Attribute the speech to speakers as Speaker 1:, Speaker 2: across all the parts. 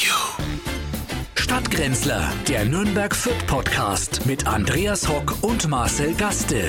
Speaker 1: you. Stadtgrenzler, der Nürnberg Fit Podcast mit Andreas Hock und Marcel Gaste.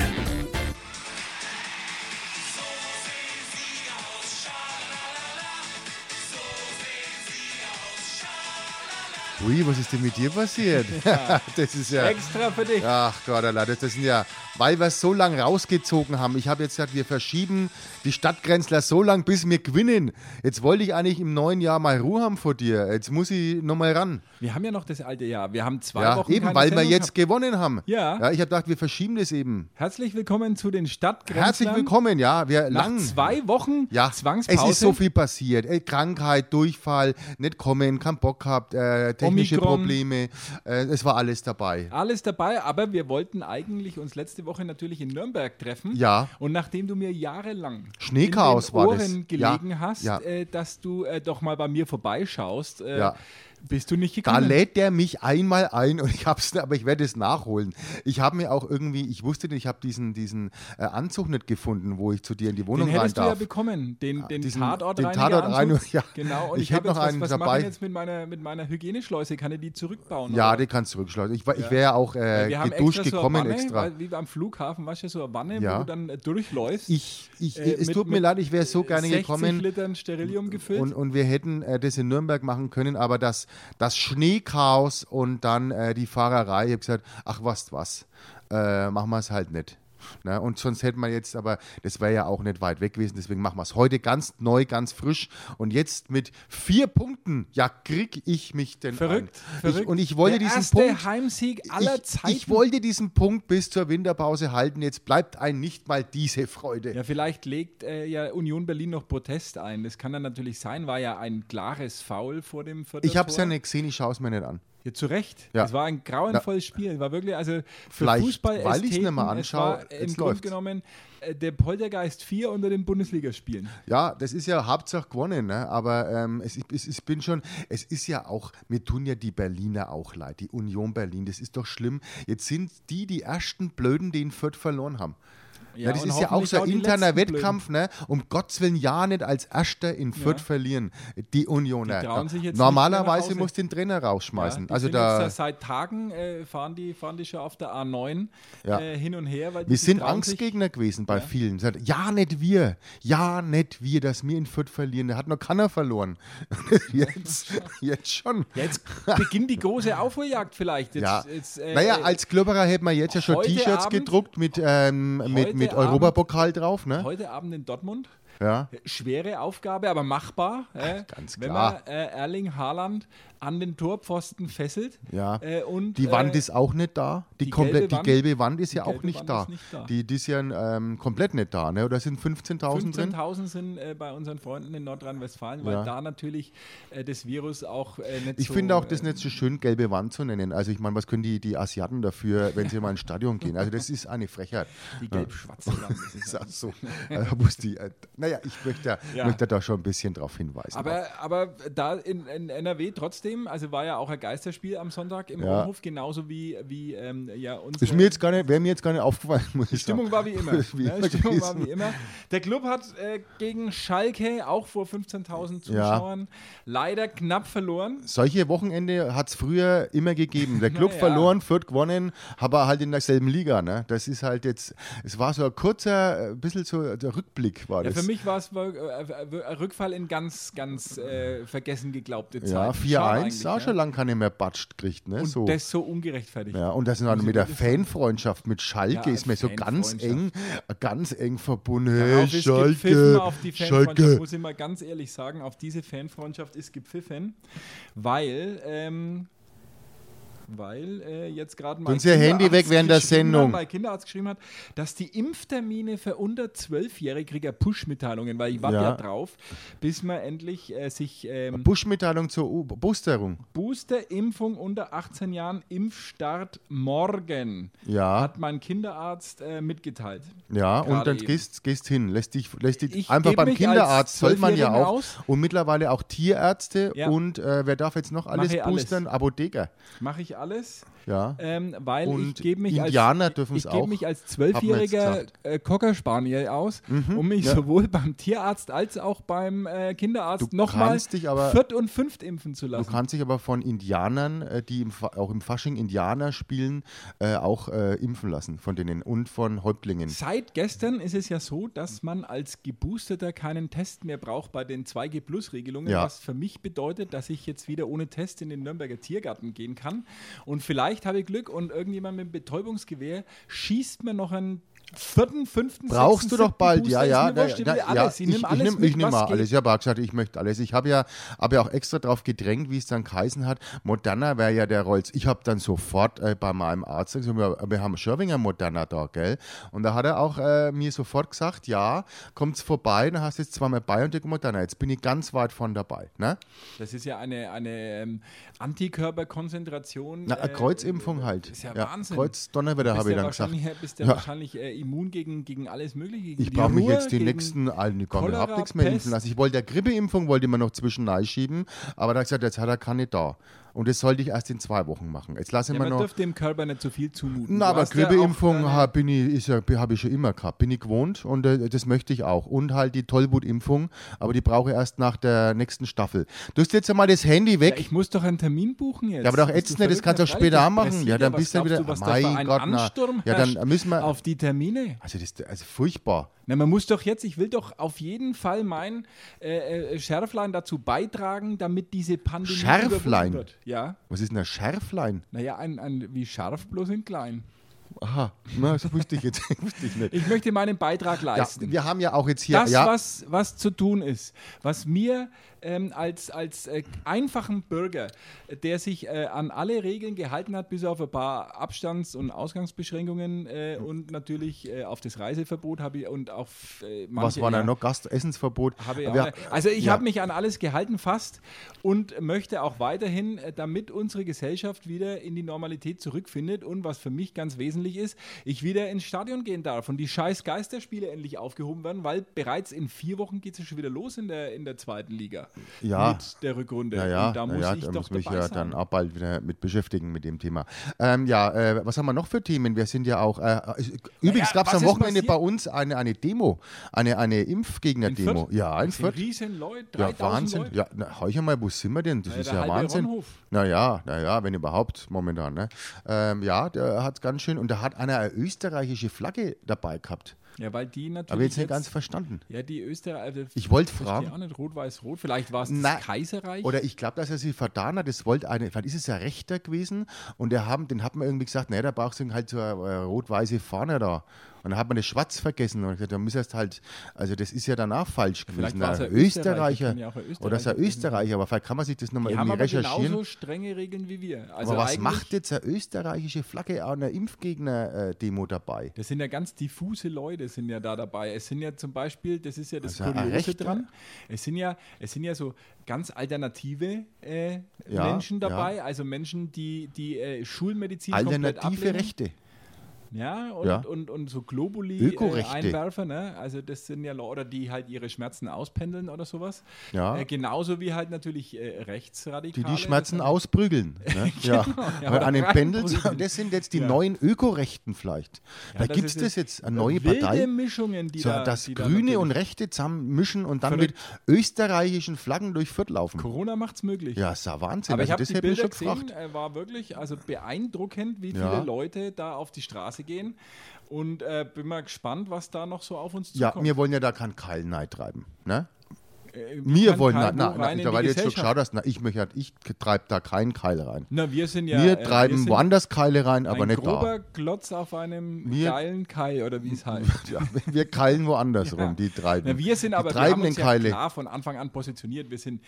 Speaker 2: Ui, was ist denn mit dir passiert? das ist ja.
Speaker 3: Extra für dich.
Speaker 2: Ach Gott, Allah, das, das sind ja, weil wir es so lang rausgezogen haben. Ich habe jetzt gesagt, wir verschieben die Stadtgrenzler so lang, bis wir gewinnen. Jetzt wollte ich eigentlich im neuen Jahr mal Ruhe haben vor dir. Jetzt muss ich nochmal ran.
Speaker 3: Wir haben ja noch das alte Jahr. Wir haben zwei
Speaker 2: Ja,
Speaker 3: Wochen
Speaker 2: eben,
Speaker 3: keine
Speaker 2: weil wir
Speaker 3: Sendung
Speaker 2: jetzt
Speaker 3: gehabt.
Speaker 2: gewonnen haben.
Speaker 3: Ja.
Speaker 2: ja. Ich habe gedacht, wir verschieben das eben.
Speaker 3: Herzlich willkommen zu den Stadtgrenzlern.
Speaker 2: Herzlich willkommen, ja. Wir
Speaker 3: Nach
Speaker 2: lang.
Speaker 3: zwei Wochen
Speaker 2: Ja,
Speaker 3: Zwangspause.
Speaker 2: es ist so viel passiert. Äh, Krankheit, Durchfall, nicht kommen, keinen Bock gehabt, äh, technische
Speaker 3: Omikron.
Speaker 2: Probleme. Äh, es war alles dabei.
Speaker 3: Alles dabei, aber wir wollten eigentlich uns letzte Woche natürlich in Nürnberg treffen.
Speaker 2: Ja.
Speaker 3: Und nachdem du mir jahrelang
Speaker 2: Schneechaos
Speaker 3: in den
Speaker 2: war
Speaker 3: Ohren
Speaker 2: das. Ja,
Speaker 3: gelegen hast,
Speaker 2: ja.
Speaker 3: Äh, dass du äh, doch mal bei mir vorbeischaust, äh,
Speaker 2: Ja.
Speaker 3: bist du nicht
Speaker 2: Da
Speaker 3: gekommen.
Speaker 2: lädt der mich einmal ein und ich hab's, aber ich werde es nachholen. Ich habe mir auch irgendwie, ich wusste nicht, ich habe diesen, diesen äh, Anzug nicht gefunden, wo ich zu dir in die
Speaker 3: den
Speaker 2: Wohnung rein
Speaker 3: hättest du ja
Speaker 2: darf.
Speaker 3: bekommen, den, den
Speaker 2: diesen-
Speaker 3: Tatort
Speaker 2: den Tatort rein- ja.
Speaker 3: Genau, und
Speaker 2: Ich
Speaker 3: ich,
Speaker 2: hätte
Speaker 3: habe jetzt
Speaker 2: noch einen
Speaker 3: was, was mache
Speaker 2: dabei.
Speaker 3: ich jetzt mit meiner, mit meiner Hygieneschleuse? Kann ich die zurückbauen?
Speaker 2: ja,
Speaker 3: oder?
Speaker 2: den kannst du zurückschleusen. Ich, war- ich wäre ja auch äh,
Speaker 3: Wir haben
Speaker 2: geduscht
Speaker 3: extra so
Speaker 2: gekommen
Speaker 3: eine Wanne,
Speaker 2: extra.
Speaker 3: Weil, wie am Flughafen warst du so eine Wanne,
Speaker 2: Ja.
Speaker 3: wo du dann äh, durchläufst.
Speaker 2: Ich, ich,
Speaker 3: Äh,
Speaker 2: es
Speaker 3: mit-
Speaker 2: tut mir
Speaker 3: mit äh,
Speaker 2: leid, ich wäre so gerne
Speaker 3: 60
Speaker 2: gekommen.
Speaker 3: Litern Sterilium gefüllt.
Speaker 2: Und, und wir hätten äh, das in Nürnberg machen können, aber das, das Schneechaos und dann äh, die Fahrerei, ich habe gesagt, ach was, was, äh, machen wir es halt nicht. Na, und sonst hätten wir jetzt, aber das wäre ja auch nicht weit weg gewesen, deswegen machen wir es heute ganz neu, ganz frisch. Und jetzt mit vier Punkten, ja, krieg ich mich denn
Speaker 3: verrückt,
Speaker 2: ein.
Speaker 3: verrückt.
Speaker 2: Ich, und ich wollte
Speaker 3: Der
Speaker 2: diesen
Speaker 3: erste
Speaker 2: Punkt.
Speaker 3: Heimsieg aller
Speaker 2: ich,
Speaker 3: Zeiten.
Speaker 2: ich wollte diesen Punkt bis zur Winterpause halten. Jetzt bleibt ein nicht mal diese Freude.
Speaker 3: ja, vielleicht legt äh, ja Union Berlin noch Protest ein. Das kann dann natürlich sein, war ja ein klares Foul vor dem Viertel.
Speaker 2: ich habe es ja nicht gesehen, ich schaue es mir nicht an.
Speaker 3: Ja, zu Recht.
Speaker 2: Ja.
Speaker 3: Es war ein grauenvolles Spiel. War wirklich, also für
Speaker 2: Vielleicht,
Speaker 3: Fußball
Speaker 2: weil ich's nicht mehr anschaue,
Speaker 3: Es war
Speaker 2: jetzt
Speaker 3: im Grunde
Speaker 2: läuft's.
Speaker 3: genommen äh, der Poltergeist 4 unter den Bundesligaspielen.
Speaker 2: Ja, das ist ja Hauptsache gewonnen, ne? aber ähm, es, es, es bin schon, es ist ja auch, mir tun ja die Berliner auch leid, die Union Berlin, das ist doch schlimm. Jetzt sind die die ersten Blöden, die in Fürth verloren haben. Ja, das
Speaker 3: und
Speaker 2: ist ja auch
Speaker 3: hoffentlich
Speaker 2: so ein
Speaker 3: die
Speaker 2: interner
Speaker 3: letzten
Speaker 2: Wettkampf, ne? um Gottes Willen ja nicht als Erster in Fürth verlieren, die Unioner.
Speaker 3: Die trauen sich jetzt nicht mehr nach
Speaker 2: Normalerweise
Speaker 3: Hause.
Speaker 2: muss den Trainer rausschmeißen.
Speaker 3: Ja, die
Speaker 2: also
Speaker 3: sind jetzt
Speaker 2: da,
Speaker 3: ja seit Tagen äh, fahren, die, fahren die schon auf der A9
Speaker 2: Ja.
Speaker 3: äh, hin und her. Weil die
Speaker 2: wir
Speaker 3: sich
Speaker 2: sind
Speaker 3: trauen sich-
Speaker 2: Angstgegner gewesen bei vielen. Sagt, Ja, nicht wir. Ja, nicht wir, dass wir in Fürth verlieren. Da hat noch keiner verloren. jetzt, jetzt schon.
Speaker 3: Ja, jetzt beginnt die große Aufholjagd vielleicht. Jetzt,
Speaker 2: Ja.
Speaker 3: jetzt, äh,
Speaker 2: naja, also- als Klöpperer hätten wir jetzt ja schon
Speaker 3: heute
Speaker 2: T-Shirts
Speaker 3: Abend-
Speaker 2: gedruckt mit, ähm, mit,
Speaker 3: heute
Speaker 2: mit
Speaker 3: Abend-
Speaker 2: Europapokal drauf, ne?
Speaker 3: heute Abend in Dortmund.
Speaker 2: Ja.
Speaker 3: Schwere Aufgabe, aber machbar. Äh,
Speaker 2: ganz
Speaker 3: wenn
Speaker 2: klar.
Speaker 3: man äh, Erling Haaland an den Torpfosten fesselt.
Speaker 2: Ja.
Speaker 3: Äh, und,
Speaker 2: Die Wand
Speaker 3: äh,
Speaker 2: ist auch nicht da. Die,
Speaker 3: die
Speaker 2: komplett,
Speaker 3: gelbe Wand-
Speaker 2: die gelbe Wand ist ja
Speaker 3: gelbe
Speaker 2: auch nicht,
Speaker 3: Wand
Speaker 2: da.
Speaker 3: ist nicht da.
Speaker 2: Die, die ist ja ähm, komplett nicht da, ne? Oder sind 15.000 drin?
Speaker 3: 15.000 sind äh, bei unseren Freunden in Nordrhein-Westfalen, weil
Speaker 2: Ja.
Speaker 3: da natürlich äh, das Virus auch äh, nicht
Speaker 2: Ich
Speaker 3: so...
Speaker 2: finde auch das
Speaker 3: äh,
Speaker 2: nicht so schön, gelbe Wand zu nennen. Also ich meine, was können die, die Asiaten dafür, wenn sie mal ins Stadion gehen? Also das ist eine Frechheit.
Speaker 3: Die gelb-schwarze Wand. das ist
Speaker 2: Ist auch so. Äh, muss die, äh, naja, ich möchte, da-
Speaker 3: Ja.
Speaker 2: möchte da schon ein bisschen drauf hinweisen.
Speaker 3: Aber, aber da in, in NRW trotzdem, also war ja auch ein Geisterspiel am Sonntag im
Speaker 2: Ja.
Speaker 3: Hof, genauso wie, wie ähm, ja, unsere
Speaker 2: ist mir jetzt gar nicht, wäre mir jetzt gar nicht aufgefallen, muss ich
Speaker 3: Stimmung
Speaker 2: sagen.
Speaker 3: war wie immer.
Speaker 2: Wie
Speaker 3: ne?
Speaker 2: immer
Speaker 3: Stimmung war
Speaker 2: gewesen.
Speaker 3: wie immer. Der Club hat äh, gegen Schalke auch vor 15.000
Speaker 2: Ja.
Speaker 3: Zuschauern leider knapp verloren.
Speaker 2: Solche Wochenende hat es früher immer gegeben. Der Club
Speaker 3: ja.
Speaker 2: verloren, Fürth gewonnen, aber halt in derselben Liga. Ne? Das ist halt jetzt, es war so ein kurzer, äh, bisschen so der Rückblick war
Speaker 3: Ja,
Speaker 2: das.
Speaker 3: für mich war es äh, äh, ein Rückfall in ganz, ganz äh, vergessen geglaubte Zeiten.
Speaker 2: ja,
Speaker 3: halt
Speaker 2: 4-1,
Speaker 3: Schade eigentlich,
Speaker 2: auch
Speaker 3: ne?
Speaker 2: schon lange keine mehr batscht kriegt. Ne?
Speaker 3: Und
Speaker 2: so.
Speaker 3: das so ungerechtfertigt.
Speaker 2: Ja, und das ist dann mit der Fanfreundschaft mit Schalke
Speaker 3: halt Ja,
Speaker 2: ist mir so ganz eng,
Speaker 3: Fanfreundschaft.
Speaker 2: ganz eng verbunden.
Speaker 3: Darauf
Speaker 2: Hey,
Speaker 3: ist gepfiffen
Speaker 2: Schalke,
Speaker 3: auf die Fanfreundschaft,
Speaker 2: Schalke.
Speaker 3: muss ich mal ganz ehrlich sagen, auf diese Fanfreundschaft ist gepfiffen, weil, ähm, weil äh, jetzt gerade mal
Speaker 2: Tun's ihr Handy weg während der Sendung.
Speaker 3: Mein Kinderarzt geschrieben hat, dass die Impftermine für unter 12-Jährige kriegen ja Push-Mitteilungen, weil ich warte ja.
Speaker 2: Ja.
Speaker 3: drauf, bis man endlich äh, sich ähm,
Speaker 2: Buschmitteilung zur U Boosterung.
Speaker 3: Booster-Impfung unter 18 Jahren, Impfstart morgen,
Speaker 2: Ja,
Speaker 3: hat mein Kinderarzt äh, mitgeteilt.
Speaker 2: ja, und
Speaker 3: gerade
Speaker 2: dann
Speaker 3: eben.
Speaker 2: gehst, gehst hin, lässt dich, lässt dich
Speaker 3: Ich
Speaker 2: einfach
Speaker 3: geb
Speaker 2: beim
Speaker 3: mich
Speaker 2: Kinderarzt,
Speaker 3: als
Speaker 2: soll man ja
Speaker 3: Zwölfjährigen
Speaker 2: auch.
Speaker 3: aus.
Speaker 2: Und mittlerweile auch Tierärzte
Speaker 3: Ja.
Speaker 2: und äh, wer darf jetzt noch alles
Speaker 3: Mache alles.
Speaker 2: boostern? Apotheker.
Speaker 3: Mache ich alles.
Speaker 2: Ja.
Speaker 3: Ähm, weil
Speaker 2: Und
Speaker 3: ich gebe mich
Speaker 2: Indianer
Speaker 3: als,
Speaker 2: dürfen
Speaker 3: ich
Speaker 2: es
Speaker 3: gebe
Speaker 2: auch,
Speaker 3: mich als
Speaker 2: hat man
Speaker 3: zwölfjähriger
Speaker 2: jetzt Mhm,
Speaker 3: äh, Cockerspaniel aus, um mich
Speaker 2: ja.
Speaker 3: sowohl beim Tierarzt als auch beim äh, Kinderarzt
Speaker 2: Du
Speaker 3: nochmal
Speaker 2: kannst dich aber-
Speaker 3: viert und fünft impfen zu
Speaker 2: Du
Speaker 3: lassen.
Speaker 2: kannst dich aber von Indianern, äh, die im, Fa- auch im Fasching Indianer spielen, äh, auch äh, impfen lassen von denen und von Häuptlingen.
Speaker 3: Seit gestern ist es ja so, dass man als Geboosterter keinen Test mehr braucht bei den 2G-Plus-Regelungen,
Speaker 2: Ja.
Speaker 3: was für mich bedeutet, dass ich jetzt wieder ohne Test in den Nürnberger Tiergarten gehen kann. Und vielleicht habe ich Glück und irgendjemand mit einem Betäubungsgewehr schießt mir noch einen vierten, fünften,
Speaker 2: Brauchst
Speaker 3: sechsten,
Speaker 2: du doch
Speaker 3: siebten
Speaker 2: bald,
Speaker 3: Booster.
Speaker 2: ja,
Speaker 3: Ist
Speaker 2: ja,
Speaker 3: mir
Speaker 2: na,
Speaker 3: wurscht, ich
Speaker 2: na,
Speaker 3: will
Speaker 2: ja,
Speaker 3: alles. Ich nehme alles
Speaker 2: nehm-
Speaker 3: mit,
Speaker 2: ich nehm
Speaker 3: was
Speaker 2: mal
Speaker 3: geht.
Speaker 2: alles. Ich habe auch gesagt, ich möchte alles. Ich habe ja, hab ja auch extra drauf gedrängt, wie es dann geheißen hat. Moderna wäre ja der Rolls. Ich habe dann sofort äh, bei meinem Arzt gesagt, wir, wir haben Schirvinger Moderna da, gell? Und da hat er auch äh, mir sofort gesagt, ja, kommt's vorbei, dann hast du jetzt zweimal BioNTech und Moderna. Jetzt bin ich ganz weit von dabei, ne?
Speaker 3: Das ist ja eine, eine ähm, Antikörperkonzentration.
Speaker 2: Na, eine
Speaker 3: äh,
Speaker 2: Kreuzimpfung halt.
Speaker 3: Ist ja, Wahnsinn.
Speaker 2: Kreuzdonnerwetter
Speaker 3: Bist
Speaker 2: habe ich
Speaker 3: ja
Speaker 2: dann gesagt.
Speaker 3: wahrscheinlich- Bist ja,
Speaker 2: Ja.
Speaker 3: wahrscheinlich äh, immun gegen, gegen alles Mögliche. Gegen
Speaker 2: Ich
Speaker 3: die
Speaker 2: brauche mich
Speaker 3: Ruhr,
Speaker 2: jetzt die
Speaker 3: gegen-
Speaker 2: nächsten allen, ich kann
Speaker 3: Cholera,
Speaker 2: überhaupt nichts mehr
Speaker 3: Pest.
Speaker 2: impfen lassen. Ich wollte der Grippeimpfung wollte man noch zwischen schieben, aber da hat gesagt, jetzt hat er keine da. Und das sollte ich erst in zwei Wochen machen. Jetzt lasse ich
Speaker 3: Ja,
Speaker 2: mir
Speaker 3: man
Speaker 2: noch.
Speaker 3: dürfte dem Körper nicht zu viel zumuten.
Speaker 2: Na,
Speaker 3: Du
Speaker 2: aber
Speaker 3: hast ja auch
Speaker 2: Grippeimpfung
Speaker 3: deine-
Speaker 2: habe ich, ist ja, habe ich schon immer gehabt. Bin ich gewohnt und äh, das möchte ich auch. Und halt die Tollwutimpfung, aber die brauche ich erst nach der nächsten Staffel. Du hast jetzt einmal das Handy weg.
Speaker 3: Ja, ich muss doch einen Termin buchen jetzt.
Speaker 2: Ja, aber doch
Speaker 3: Bist
Speaker 2: jetzt
Speaker 3: du
Speaker 2: nicht, das kannst
Speaker 3: verrückt?
Speaker 2: du auch
Speaker 3: Na,
Speaker 2: später
Speaker 3: freilich,
Speaker 2: machen. Ja,
Speaker 3: das
Speaker 2: dann
Speaker 3: aber
Speaker 2: bist du
Speaker 3: glaubst
Speaker 2: wieder-
Speaker 3: Du, was
Speaker 2: Mein
Speaker 3: da für ein
Speaker 2: Gott, na.
Speaker 3: Ansturm
Speaker 2: Ja, dann
Speaker 3: herrscht
Speaker 2: müssen wir-
Speaker 3: Auf die Termine.
Speaker 2: also, das ist also furchtbar.
Speaker 3: Na, man muss doch jetzt, ich will doch auf jeden Fall mein äh, äh, Schärflein dazu beitragen, damit diese Pandemie
Speaker 2: Schärflein?
Speaker 3: überwunden wird. Ja.
Speaker 2: Was ist denn ein Schärflein?
Speaker 3: Naja, ein, ein, wie scharf, bloß in klein.
Speaker 2: Aha, na, das wusste ich jetzt wusste ich nicht.
Speaker 3: Ich möchte meinen Beitrag
Speaker 2: Ja,
Speaker 3: leisten.
Speaker 2: wir haben ja auch jetzt hier.
Speaker 3: das,
Speaker 2: ja,
Speaker 3: was, was zu tun ist, was mir ähm, als, als äh, einfachen Bürger, äh, der sich äh, an alle Regeln gehalten hat, bis auf ein paar Abstands- und Ausgangsbeschränkungen äh,
Speaker 2: Hm.
Speaker 3: und natürlich äh, auf das Reiseverbot habe ich und auf äh,
Speaker 2: Was
Speaker 3: manche-
Speaker 2: war da
Speaker 3: ja,
Speaker 2: noch? Gastessensverbot?
Speaker 3: Habe ich auch,
Speaker 2: Wir-
Speaker 3: ne? also ich
Speaker 2: ja.
Speaker 3: habe mich an alles gehalten fast und möchte auch weiterhin, äh, damit unsere Gesellschaft wieder in die Normalität zurückfindet und was für mich ganz wesentlich ist, ich wieder ins Stadion gehen darf und die scheiß Geisterspiele endlich aufgehoben werden, weil bereits in vier Wochen geht es ja schon wieder los in der, in der zweiten Liga
Speaker 2: Ja.
Speaker 3: mit der Rückrunde.
Speaker 2: Naja,
Speaker 3: und da muss
Speaker 2: naja,
Speaker 3: ich
Speaker 2: da
Speaker 3: doch
Speaker 2: muss mich
Speaker 3: dabei
Speaker 2: ja
Speaker 3: sein.
Speaker 2: dann auch bald wieder mit beschäftigen mit dem Thema. Ähm, ja, äh, was haben wir noch für Themen? Wir sind ja auch. Äh, es- übrigens gab es
Speaker 3: was
Speaker 2: am
Speaker 3: ist
Speaker 2: Wochenende
Speaker 3: passiert?
Speaker 2: bei uns eine, eine Demo, eine, eine Impfgegner-Demo.
Speaker 3: Fürth?
Speaker 2: Ja, ein
Speaker 3: Das sind
Speaker 2: Viertel.
Speaker 3: riesen Leute, 3000
Speaker 2: Ja, Wahnsinn.
Speaker 3: Leute.
Speaker 2: Ja, na, heuch mal, wo sind wir denn? Das
Speaker 3: Ja,
Speaker 2: ist
Speaker 3: der
Speaker 2: ja
Speaker 3: halbe
Speaker 2: Wahnsinn.
Speaker 3: Ronhof.
Speaker 2: Naja, naja, wenn überhaupt, momentan. Ne? Ähm, ja, der hat ganz schön. Und da hat einer eine österreichische Flagge dabei gehabt.
Speaker 3: Ja, weil die natürlich
Speaker 2: Aber jetzt nicht ganz verstanden.
Speaker 3: ja, die Österreicher,
Speaker 2: Ich wollte
Speaker 3: verstehe
Speaker 2: fragen.
Speaker 3: auch nicht, rot-weiß-rot, vielleicht war es
Speaker 2: Na,
Speaker 3: das Kaiserreich.
Speaker 2: Oder ich glaube, dass er sie vertan hat. Das wollte eine, vielleicht ist es ja Rechter gewesen und der haben, den hat man irgendwie gesagt, naja, da brauchst du halt so eine äh, rot-weiße Fahne da. Und dann hat man das Schwarz vergessen und gesagt, da müsst ihr halt, also das ist ja danach falsch
Speaker 3: vielleicht
Speaker 2: gewesen.
Speaker 3: war's
Speaker 2: Ein
Speaker 3: ja Österreicher,
Speaker 2: Österreicher
Speaker 3: kann ja auch ein Österreicher
Speaker 2: oder ist ein
Speaker 3: gewesen
Speaker 2: Österreicher, aber vielleicht kann man sich das nochmal
Speaker 3: Die haben
Speaker 2: irgendwie
Speaker 3: aber
Speaker 2: recherchieren.
Speaker 3: genauso strenge Regeln wie wir. Also
Speaker 2: aber was
Speaker 3: eigentlich-
Speaker 2: macht jetzt eine österreichische Flagge an einer Impfgegner-Demo dabei?
Speaker 3: Das sind ja ganz diffuse Leute, sind ja da dabei. Es sind ja zum Beispiel, das ist ja das
Speaker 2: Also ein
Speaker 3: Kuriose
Speaker 2: Rechter.
Speaker 3: dran, es sind ja, es sind ja so ganz alternative äh,
Speaker 2: Ja,
Speaker 3: Menschen dabei,
Speaker 2: ja.
Speaker 3: also Menschen, die die äh, Schulmedizin komplett
Speaker 2: Alternative
Speaker 3: ablehnen.
Speaker 2: Rechte.
Speaker 3: Ja, und,
Speaker 2: Ja.
Speaker 3: Und, und so Globuli äh,
Speaker 2: Ökorechte.
Speaker 3: Einwerfer, ne? Also das sind ja Leute, oder die halt ihre Schmerzen auspendeln oder sowas.
Speaker 2: Ja.
Speaker 3: Äh, genauso wie halt natürlich äh, Rechtsradikale.
Speaker 2: Die die
Speaker 3: Das
Speaker 2: Schmerzen
Speaker 3: sind-
Speaker 2: ausprügeln. Ne? ja.
Speaker 3: Genau, ja,
Speaker 2: Weil
Speaker 3: oder
Speaker 2: an den Pendels,
Speaker 3: reinprügeln.
Speaker 2: das sind jetzt die
Speaker 3: Ja.
Speaker 2: neuen Ökorechten vielleicht. da
Speaker 3: das
Speaker 2: gibt es
Speaker 3: ist äh,
Speaker 2: das jetzt, eine neue
Speaker 3: wilde
Speaker 2: Partei,
Speaker 3: Mischungen, die
Speaker 2: so,
Speaker 3: da,
Speaker 2: dass
Speaker 3: die da
Speaker 2: Grüne
Speaker 3: natürlich-
Speaker 2: und Rechte zusammen mischen und dann mit österreichischen Flaggen durch Fürth laufen.
Speaker 3: Corona macht's möglich.
Speaker 2: Ja, ist ja Wahnsinn.
Speaker 3: Aber ich
Speaker 2: also
Speaker 3: habe
Speaker 2: das
Speaker 3: die
Speaker 2: hätte ich
Speaker 3: Bilder
Speaker 2: schon
Speaker 3: gesehen,
Speaker 2: gefragt.
Speaker 3: äh, war wirklich also beeindruckend, wie
Speaker 2: Ja.
Speaker 3: viele Leute da auf die Straße gehen. Und äh, bin mal gespannt, was da noch so auf uns
Speaker 2: Ja,
Speaker 3: zukommt.
Speaker 2: wir wollen ja da keinen Keilneid treiben. Ne?
Speaker 3: Äh,
Speaker 2: Wir
Speaker 3: kann
Speaker 2: wollen, na,
Speaker 3: kein
Speaker 2: na,
Speaker 3: Buch
Speaker 2: na,
Speaker 3: rein in
Speaker 2: da, weil
Speaker 3: die
Speaker 2: du jetzt schon
Speaker 3: Gesellschaft.
Speaker 2: geschaut hast, na, ich, möchte, ich treibe da keinen Keil rein.
Speaker 3: Na, wir sind ja.
Speaker 2: wir
Speaker 3: äh,
Speaker 2: treiben
Speaker 3: sind
Speaker 2: woanders Keile rein, aber
Speaker 3: ein
Speaker 2: nicht
Speaker 3: grober
Speaker 2: da.
Speaker 3: Glotz auf einem
Speaker 2: Wir-
Speaker 3: geilen Kai oder wie es heißt.
Speaker 2: Ja, wir keilen woanders
Speaker 3: Ja.
Speaker 2: rum, die treiben.
Speaker 3: Na, wir sind
Speaker 2: die
Speaker 3: aber wir haben
Speaker 2: treiben
Speaker 3: uns
Speaker 2: den
Speaker 3: ja
Speaker 2: Keile.
Speaker 3: klar von Anfang an positioniert. Wir sind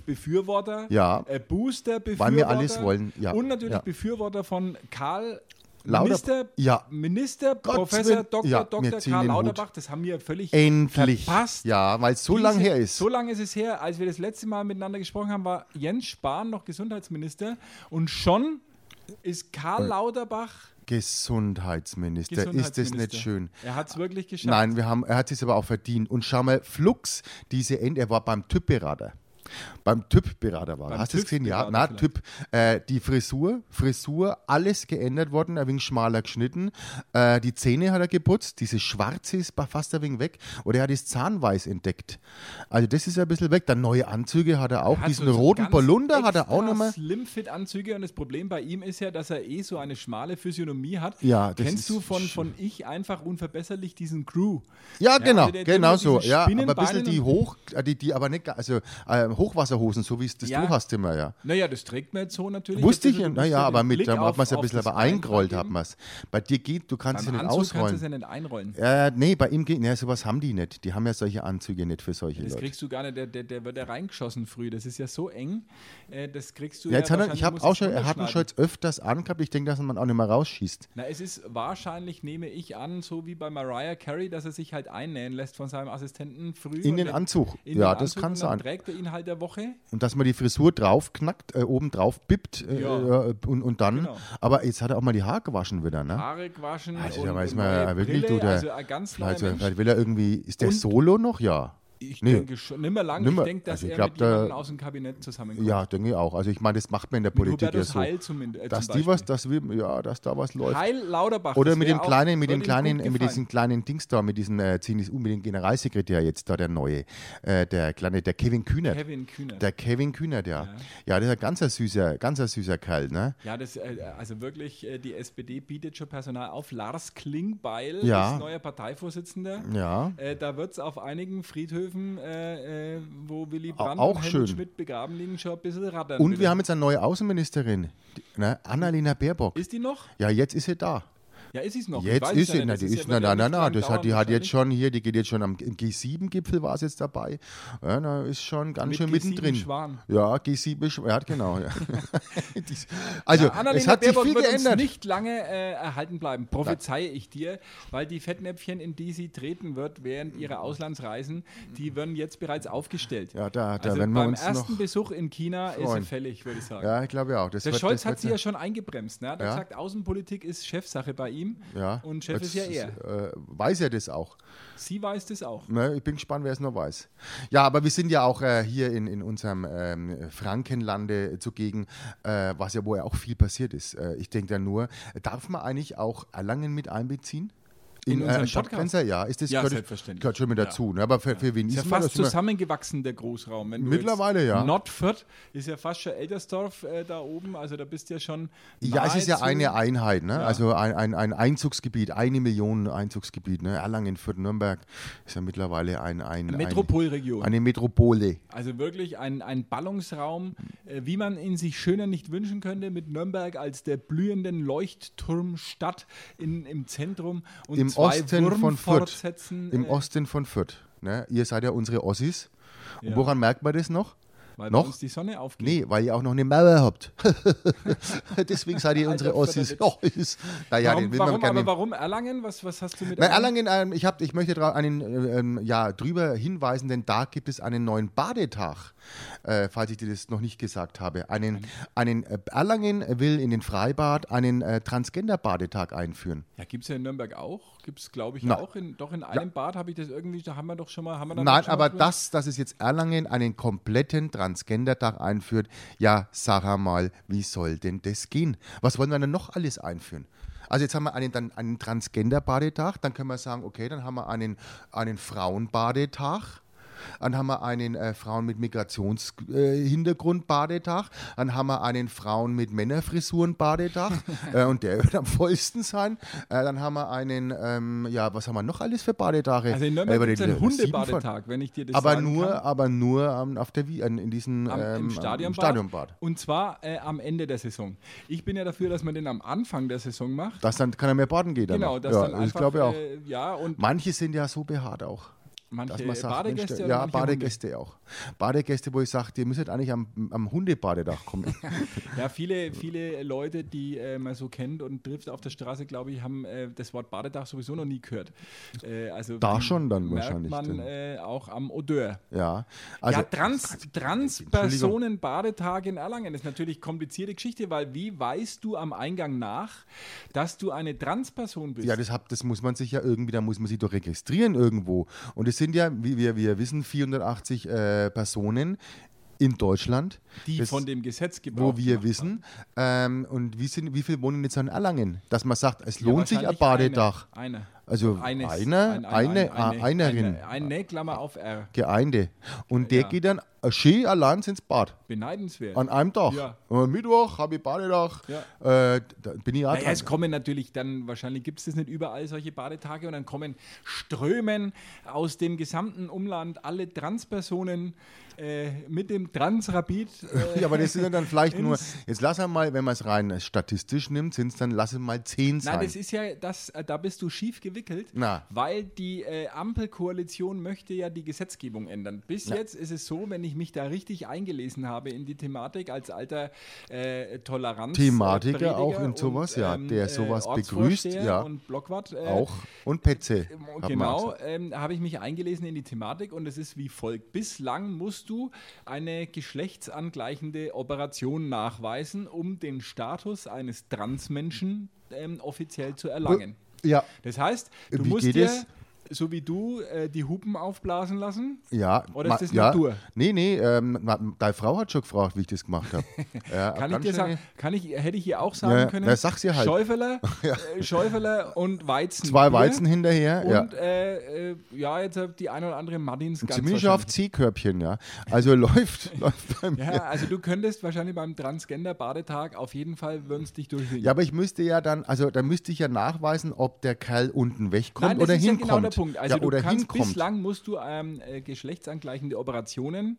Speaker 3: Impfbefürworter,
Speaker 2: Ja.
Speaker 3: äh, Boosterbefürworter.
Speaker 2: Weil wir alles wollen, ja.
Speaker 3: Und natürlich
Speaker 2: Ja.
Speaker 3: Befürworter von Karl
Speaker 2: Lauter-
Speaker 3: Minister,
Speaker 2: Ja.
Speaker 3: Minister
Speaker 2: Gott's
Speaker 3: Professor
Speaker 2: Willen.
Speaker 3: Dr.
Speaker 2: Ja, wir
Speaker 3: Dr.
Speaker 2: ziehen
Speaker 3: Karl
Speaker 2: den Hut.
Speaker 3: Lauterbach. Das haben wir völlig
Speaker 2: Endlich.
Speaker 3: verpasst.
Speaker 2: Ja, weil es so
Speaker 3: Diese-
Speaker 2: lang her ist.
Speaker 3: So lange ist es her. Als wir das letzte Mal miteinander gesprochen haben, war Jens Spahn noch Gesundheitsminister. Und schon ist
Speaker 2: Äh,
Speaker 3: Karl Lauterbach
Speaker 2: Gesundheitsminister.
Speaker 3: Gesundheitsminister.
Speaker 2: ist das nicht schön? Äh,
Speaker 3: Er hat es wirklich geschafft.
Speaker 2: Nein, wir haben, er hat es aber auch verdient. Und schau mal, Flux, diese End, er war beim Typberater. Beim TÜV-Berater war. er.
Speaker 3: Beim
Speaker 2: Hast du es gesehen? Ja, na,
Speaker 3: TÜV-Berater
Speaker 2: TÜV. Äh, die Frisur, Frisur, alles geändert worden, ein wenig schmaler geschnitten. Äh, die Zähne hat er geputzt, dieses Schwarze ist ba- fast ein wenig weg. Oder er hat das Zahnweiß entdeckt. Also das ist ein bisschen weg. Dann neue Anzüge hat er auch.
Speaker 3: Hat
Speaker 2: Diesen
Speaker 3: so- so
Speaker 2: roten
Speaker 3: ganz
Speaker 2: Polunder hat er auch
Speaker 3: extra
Speaker 2: nochmal.
Speaker 3: Slimfit-Anzüge und das Problem bei ihm ist ja, dass er eh so eine schmale Physiognomie hat.
Speaker 2: Ja, das
Speaker 3: Kennst
Speaker 2: ist
Speaker 3: du von,
Speaker 2: sch-
Speaker 3: von Ich einfach unverbesserlich diesen Crew?
Speaker 2: Ja, genau,
Speaker 3: also der- der
Speaker 2: genau
Speaker 3: mit
Speaker 2: so.
Speaker 3: diesen
Speaker 2: Ja, aber ein bisschen
Speaker 3: Spinnenbeinen
Speaker 2: die
Speaker 3: und-
Speaker 2: hoch, äh, die, die aber nicht, ga- also äh, Hochwasserhosen, so wie es das
Speaker 3: Ja.
Speaker 2: du hast immer, ja.
Speaker 3: Naja, das trägt man jetzt so natürlich.
Speaker 2: Wusste
Speaker 3: Jetzt
Speaker 2: ich, ja,
Speaker 3: ist er- du musst
Speaker 2: naja,
Speaker 3: ja
Speaker 2: aber
Speaker 3: den
Speaker 2: mit,
Speaker 3: Blick
Speaker 2: da hat
Speaker 3: auf-
Speaker 2: man es ein
Speaker 3: auf
Speaker 2: bisschen
Speaker 3: das
Speaker 2: aber
Speaker 3: Bein
Speaker 2: eingerollt,
Speaker 3: drauf
Speaker 2: hat
Speaker 3: geben.
Speaker 2: man es. Bei dir geht, du kannst es ja
Speaker 3: Beim
Speaker 2: nicht
Speaker 3: Anzug kannst du es
Speaker 2: ausrollen.
Speaker 3: ja nicht einrollen.
Speaker 2: Äh, nee, bei ihm geht, ne, sowas haben die nicht. Die haben ja solche Anzüge nicht für solche
Speaker 3: Das
Speaker 2: Leute.
Speaker 3: kriegst du gar nicht, der, der, der wird ja reingeschossen früh. Das ist ja so eng. Äh, das kriegst du
Speaker 2: Ja, jetzt hat er, ich
Speaker 3: wahrscheinlich
Speaker 2: habe
Speaker 3: musst
Speaker 2: auch
Speaker 3: du's
Speaker 2: schon, er hat ihn schon
Speaker 3: runterschneiden.
Speaker 2: jetzt öfters angehabt. Ich denke, dass man auch nicht mehr rausschießt.
Speaker 3: Na, es ist wahrscheinlich, nehme ich an, so wie bei Mariah Carey, dass er sich halt einnähen lässt von seinem Assistenten früh.
Speaker 2: In
Speaker 3: und
Speaker 2: den
Speaker 3: dann-
Speaker 2: Anzug.
Speaker 3: in
Speaker 2: ja,
Speaker 3: den
Speaker 2: das
Speaker 3: Anzug
Speaker 2: kann
Speaker 3: und dann
Speaker 2: sein.
Speaker 3: trägt er ihn halt der Woche.
Speaker 2: Und dass man die Frisur draufknackt, äh, oben drauf bippt äh,
Speaker 3: Ja.
Speaker 2: äh, und, und dann.
Speaker 3: Genau.
Speaker 2: Aber jetzt hat er auch mal die Haare gewaschen wieder, ne?
Speaker 3: Haare gewaschen.
Speaker 2: Also,
Speaker 3: und
Speaker 2: da weiß
Speaker 3: eine
Speaker 2: man
Speaker 3: neue
Speaker 2: ja wirklich,
Speaker 3: Brille,
Speaker 2: du, der,
Speaker 3: also ein ganz neuer
Speaker 2: vielleicht, vielleicht
Speaker 3: Mensch.
Speaker 2: will er irgendwie, ist der
Speaker 3: Und-
Speaker 2: Solo noch? Ja.
Speaker 3: Ich
Speaker 2: nee.
Speaker 3: denke schon, nimmer lang.
Speaker 2: Nimmer-
Speaker 3: ich denke, dass
Speaker 2: also ich
Speaker 3: er
Speaker 2: glaub,
Speaker 3: mit
Speaker 2: da-
Speaker 3: jemandem aus dem Kabinett zusammenkommt.
Speaker 2: Ja, denke ich auch. Also ich meine, das macht man in der
Speaker 3: mit
Speaker 2: Politik ja
Speaker 3: Hubertus
Speaker 2: so.
Speaker 3: Heil zumindest. äh,
Speaker 2: Dass
Speaker 3: zum
Speaker 2: die was, dass wir, ja, dass da was läuft.
Speaker 3: Heil Lauterbach.
Speaker 2: Oder
Speaker 3: das
Speaker 2: mit
Speaker 3: wär
Speaker 2: dem
Speaker 3: auch-
Speaker 2: kleinen, mit
Speaker 3: würde
Speaker 2: dem
Speaker 3: ihm
Speaker 2: kleinen,
Speaker 3: gut
Speaker 2: äh, mit
Speaker 3: gefallen.
Speaker 2: diesem kleinen Dings da, mit diesem äh, ziemlich unbedingt Generalsekretär jetzt da, der neue, äh, der kleine, der Kevin Kühnert.
Speaker 3: Kevin Kühner.
Speaker 2: Der Kevin Kühnert, ja. ja. der ist ein ganzer süßer, ganzer süßer Kerl, ne?
Speaker 3: Ja, das, äh, also wirklich, äh, die SPD bietet schon Personal auf. Lars Klingbeil
Speaker 2: Ja.
Speaker 3: ist neuer Parteivorsitzender.
Speaker 2: Ja.
Speaker 3: Äh, da wird es auf einigen Friedhöfen, äh, äh, wo Willy Brandt
Speaker 2: auch
Speaker 3: und
Speaker 2: schön.
Speaker 3: Helmut Schmidt begraben liegen, schon ein bisschen rattern.
Speaker 2: Und
Speaker 3: will.
Speaker 2: wir haben jetzt eine neue Außenministerin, die, ne? Annalena Baerbock.
Speaker 3: ist die noch?
Speaker 2: Ja, jetzt ist sie da.
Speaker 3: Ja, ist sie noch? Ich
Speaker 2: Jetzt
Speaker 3: weiß
Speaker 2: ist
Speaker 3: es ja
Speaker 2: sie,
Speaker 3: nicht.
Speaker 2: na,
Speaker 3: Das
Speaker 2: die
Speaker 3: ja-
Speaker 2: ist,
Speaker 3: wird
Speaker 2: na,
Speaker 3: ja
Speaker 2: na, na,
Speaker 3: nicht
Speaker 2: na,
Speaker 3: lang
Speaker 2: das hat, die
Speaker 3: dauern
Speaker 2: hat jetzt schon hier, die geht jetzt schon am im G7-Gipfel war es jetzt dabei. Ja, na, ist schon ganz
Speaker 3: Mit
Speaker 2: schön
Speaker 3: G7
Speaker 2: mittendrin.
Speaker 3: Schwan.
Speaker 2: Ja, G7 Schwan, ja, genau. Ja. Dies- also,
Speaker 3: Annalena
Speaker 2: es hat sich
Speaker 3: Baerbock
Speaker 2: viel
Speaker 3: wird
Speaker 2: geändert.
Speaker 3: uns nicht lange äh, erhalten bleiben, prophezeie ich dir, weil die Fettnäpfchen, in die sie treten wird während ihrer Auslandsreisen, die werden jetzt bereits aufgestellt.
Speaker 2: Ja, da- da
Speaker 3: also
Speaker 2: werden wir
Speaker 3: beim
Speaker 2: uns
Speaker 3: ersten
Speaker 2: noch
Speaker 3: Besuch in China
Speaker 2: freuen.
Speaker 3: ist sie fällig, würde ich sagen.
Speaker 2: Ja, ich glaube ja auch. Das
Speaker 3: Der
Speaker 2: wird,
Speaker 3: Scholz
Speaker 2: das
Speaker 3: hat
Speaker 2: wird
Speaker 3: sie
Speaker 2: ne-
Speaker 3: ja schon eingebremst. Ne? Er hat
Speaker 2: Ja.
Speaker 3: gesagt, Außenpolitik ist Chefsache bei ihm
Speaker 2: ja.
Speaker 3: und Chef
Speaker 2: Jetzt
Speaker 3: ist ja er.
Speaker 2: Äh, weiß er das auch.
Speaker 3: Sie weiß das auch.
Speaker 2: Ne, ich bin gespannt, wer es noch weiß. Ja, aber wir sind ja auch äh, hier in, in unserem ähm, Frankenlande zugegen, äh, was ja, wo ja auch viel passiert ist. Äh, ich denke da nur, darf man eigentlich auch Erlangen mit einbeziehen?
Speaker 3: In unserem Podcast?
Speaker 2: Stadtgrenzer, ja, ist das
Speaker 3: Ja,
Speaker 2: gehört,
Speaker 3: selbstverständlich.
Speaker 2: gehört schon mit
Speaker 3: Ja.
Speaker 2: dazu. Ne? Aber für, für wen
Speaker 3: Ist ja
Speaker 2: ist man
Speaker 3: fast
Speaker 2: das? Immer-
Speaker 3: zusammengewachsen, der Großraum. Wenn du
Speaker 2: Mittlerweile,
Speaker 3: jetzt
Speaker 2: ja.
Speaker 3: Nordfurt ist ja fast schon Eldersdorf äh, da oben, also da bist du ja schon.
Speaker 2: Ja, es ist ja
Speaker 3: nahezu-
Speaker 2: eine Einheit, ne? also ein, ein, ein Einzugsgebiet, eine Million Einzugsgebiet. Ne? Erlangen, Fürth, Nürnberg ist ja mittlerweile ein, ein,
Speaker 3: Metropolregion.
Speaker 2: ein, eine Metropole.
Speaker 3: Also wirklich ein, ein Ballungsraum, äh, wie man ihn sich schöner nicht wünschen könnte, mit Nürnberg als der blühenden Leuchtturmstadt in, im Zentrum und
Speaker 2: Im
Speaker 3: zwei
Speaker 2: Osten von Fürth.
Speaker 3: Wurmfortsätzen,
Speaker 2: Im
Speaker 3: äh,
Speaker 2: Osten von Fürth. Ne? Ihr seid ja unsere Ossis. Und
Speaker 3: Ja.
Speaker 2: woran merkt man das noch?
Speaker 3: weil
Speaker 2: noch?
Speaker 3: Bei uns die Sonne aufgeht.
Speaker 2: Nee, weil ihr auch noch eine Mauer habt. Deswegen seid ihr unsere
Speaker 3: Alter,
Speaker 2: Ossis.
Speaker 3: Vaterwitz.
Speaker 2: Ossis. Naja,
Speaker 3: warum,
Speaker 2: den will man
Speaker 3: warum,
Speaker 2: gerne.
Speaker 3: aber warum Erlangen? Was, was hast du mit
Speaker 2: Nein, Erlangen, ähm, ich, hab, ich möchte dra- einen, äh, ähm, ja, drüber hinweisen, denn da gibt es einen neuen Badetag, äh, falls ich dir das noch nicht gesagt habe. Einen, einen äh, Erlangen will in den Freibad einen äh, Transgender-Badetag einführen.
Speaker 3: Ja, gibt es ja in Nürnberg auch. Gibt es, glaube ich,
Speaker 2: Na.
Speaker 3: auch. In, doch in einem Bad habe ich das irgendwie, da haben wir doch schon mal. Haben wir da
Speaker 2: Nein,
Speaker 3: schon mal
Speaker 2: aber
Speaker 3: drüber-
Speaker 2: das, dass es jetzt Erlangen einen kompletten Transgender-Tag einführt, ja, sag mal, wie soll denn das gehen? Was wollen wir denn noch alles einführen? Also jetzt haben wir einen, dann einen Transgender-Badetag, dann können wir sagen, okay, dann haben wir einen, einen Frauen-Badetag. Dann haben wir einen äh, Frauen mit Migrationshintergrund-Badetag. Dann haben wir einen Frauen mit Männerfrisuren-Badetag. äh, und der wird am vollsten sein. Äh, dann haben wir einen, ähm, ja, was haben wir noch alles für Badetage?
Speaker 3: Also in
Speaker 2: Äh,
Speaker 3: Nürnberg
Speaker 2: über
Speaker 3: gibt es
Speaker 2: den-
Speaker 3: einen
Speaker 2: über sieben von-
Speaker 3: Hundebadetag, wenn ich dir das
Speaker 2: aber
Speaker 3: sagen
Speaker 2: nur,
Speaker 3: kann.
Speaker 2: aber nur am- auf der Wie an- in diesen
Speaker 3: Am,
Speaker 2: ähm,
Speaker 3: Im Stadionbad.
Speaker 2: Im Stadionbad.
Speaker 3: Und zwar äh, am Ende der Saison. Ich bin ja dafür, dass man den am Anfang der Saison macht.
Speaker 2: Dass dann kann er mehr baden gehen.
Speaker 3: genau,
Speaker 2: das
Speaker 3: dass
Speaker 2: ja, also
Speaker 3: dann einfach,
Speaker 2: ich glaube auch.
Speaker 3: Äh, ja, und
Speaker 2: Manche sind ja so behaart auch.
Speaker 3: manche
Speaker 2: Dass man sagt,
Speaker 3: Badegäste
Speaker 2: Mensch, der-
Speaker 3: oder
Speaker 2: ja,
Speaker 3: manche
Speaker 2: Badegäste auch. Badegäste, wo ich sage, die müssen eigentlich am, am Hundebadedach kommen.
Speaker 3: Hunde. Ja, viele, viele Leute, die äh, man so kennt und trifft auf der Straße, glaube ich, haben äh, das Wort Badetag sowieso noch nie gehört. Äh, also
Speaker 2: Da
Speaker 3: die
Speaker 2: schon dann
Speaker 3: merkt
Speaker 2: wahrscheinlich
Speaker 3: man
Speaker 2: dann.
Speaker 3: äh, auch am Odeur.
Speaker 2: ja, also
Speaker 3: ja, Trans, Transpersonen-Badetage in Erlangen ist natürlich komplizierte Geschichte, weil wie weißt du am Eingang nach, dass du eine Transperson bist?
Speaker 2: Ja, das, hab, das muss man sich ja irgendwie, da muss man sich doch registrieren irgendwo. Und es sind ja, wie wir, wir wissen, 480 äh, Personen in Deutschland,
Speaker 3: die
Speaker 2: das-
Speaker 3: von dem Gesetz gebraucht
Speaker 2: wo wir
Speaker 3: gemacht
Speaker 2: wissen, ähm, und wie, sind, wie viele wohnen jetzt in Erlangen, dass man sagt, es
Speaker 3: haben. Ja,
Speaker 2: lohnt sich ein
Speaker 3: wahrscheinlich
Speaker 2: Badedach.
Speaker 3: Eine.
Speaker 2: Also
Speaker 3: Eines.
Speaker 2: einer,
Speaker 3: Ein-
Speaker 2: eine,
Speaker 3: eine,
Speaker 2: einerin,
Speaker 3: Eine, eine Klammer auf äh, R.
Speaker 2: Geeinde. Und der
Speaker 3: Ja.
Speaker 2: geht dann äh, schön allein ins Bad.
Speaker 3: Beneidenswert.
Speaker 2: An einem Tag.
Speaker 3: Ja.
Speaker 2: Äh, Mittwoch habe ich Badedach. Äh, da bin ich auch
Speaker 3: Naja,
Speaker 2: dran.
Speaker 3: es kommen natürlich dann, wahrscheinlich gibt es das nicht überall, solche Badetage, und dann kommen Strömen aus dem gesamten Umland, alle Transpersonen äh, mit dem Transrapid. Äh,
Speaker 2: Ja, aber das sind ja dann vielleicht nur,
Speaker 3: ins-
Speaker 2: jetzt lass er mal, wenn man es rein äh, statistisch nimmt, sind es dann, lass es mal 10 sein.
Speaker 3: Nein, das ist ja, das, äh, da bist du schief gewickelt,
Speaker 2: Na.
Speaker 3: weil die äh, Ampelkoalition möchte ja die Gesetzgebung ändern. Bis jetzt ist es so, wenn ich mich da richtig eingelesen habe in die Thematik als alter äh, Toleranz.
Speaker 2: Thematiker
Speaker 3: Prediger
Speaker 2: auch in
Speaker 3: und,
Speaker 2: sowas, ja, der
Speaker 3: äh,
Speaker 2: sowas begrüßt,
Speaker 3: Ortsvorsteher
Speaker 2: ja.
Speaker 3: Und Blockwart. äh,
Speaker 2: auch. Und Petze. hat man
Speaker 3: Genau,
Speaker 2: gesagt.
Speaker 3: ähm, habe ich mich eingelesen in die Thematik und es ist wie folgt. Bislang musst du eine geschlechtsangleichende Operation nachweisen, um den Status eines Transmenschen ähm, offiziell zu erlangen.
Speaker 2: Ja,
Speaker 3: Das heißt, du
Speaker 2: Wie
Speaker 3: musst
Speaker 2: geht
Speaker 3: dir,
Speaker 2: es?
Speaker 3: so wie du, äh, die Hupen aufblasen lassen.
Speaker 2: ja.
Speaker 3: Oder
Speaker 2: ma-
Speaker 3: ist das
Speaker 2: ja.
Speaker 3: noch du?
Speaker 2: Nee, nee, ähm, ma- deine Frau hat schon gefragt, wie ich das gemacht habe. Ja,
Speaker 3: Kann ich
Speaker 2: ganz
Speaker 3: dir sagen,
Speaker 2: schnell-
Speaker 3: kann ich, hätte ich ihr auch sagen
Speaker 2: Ja,
Speaker 3: können,
Speaker 2: na, sag's ihr halt.
Speaker 3: Schäuferler, äh, Schäuferler und Weizen.
Speaker 2: Zwei
Speaker 3: Bier
Speaker 2: Weizen hinterher, ja.
Speaker 3: Und äh, äh, ja, jetzt äh, die ein oder andere Martins ganz
Speaker 2: Ziemlich
Speaker 3: wahrscheinlich.
Speaker 2: auf C-Körbchen, ja. Also läuft, läuft bei mir.
Speaker 3: Ja, also du könntest wahrscheinlich beim Transgender-Badetag auf jeden Fall würden es dich durchwinken.
Speaker 2: Ja, aber ich müsste ja dann, also da müsste ich ja nachweisen, ob der Kerl unten wegkommt
Speaker 3: Nein, das
Speaker 2: oder
Speaker 3: ist
Speaker 2: hinkommt.
Speaker 3: ja genau der Punkt. Also
Speaker 2: ja,
Speaker 3: du
Speaker 2: oder
Speaker 3: kannst
Speaker 2: hinkommt.
Speaker 3: bislang musst du ähm, äh, geschlechtsangleichende Operationen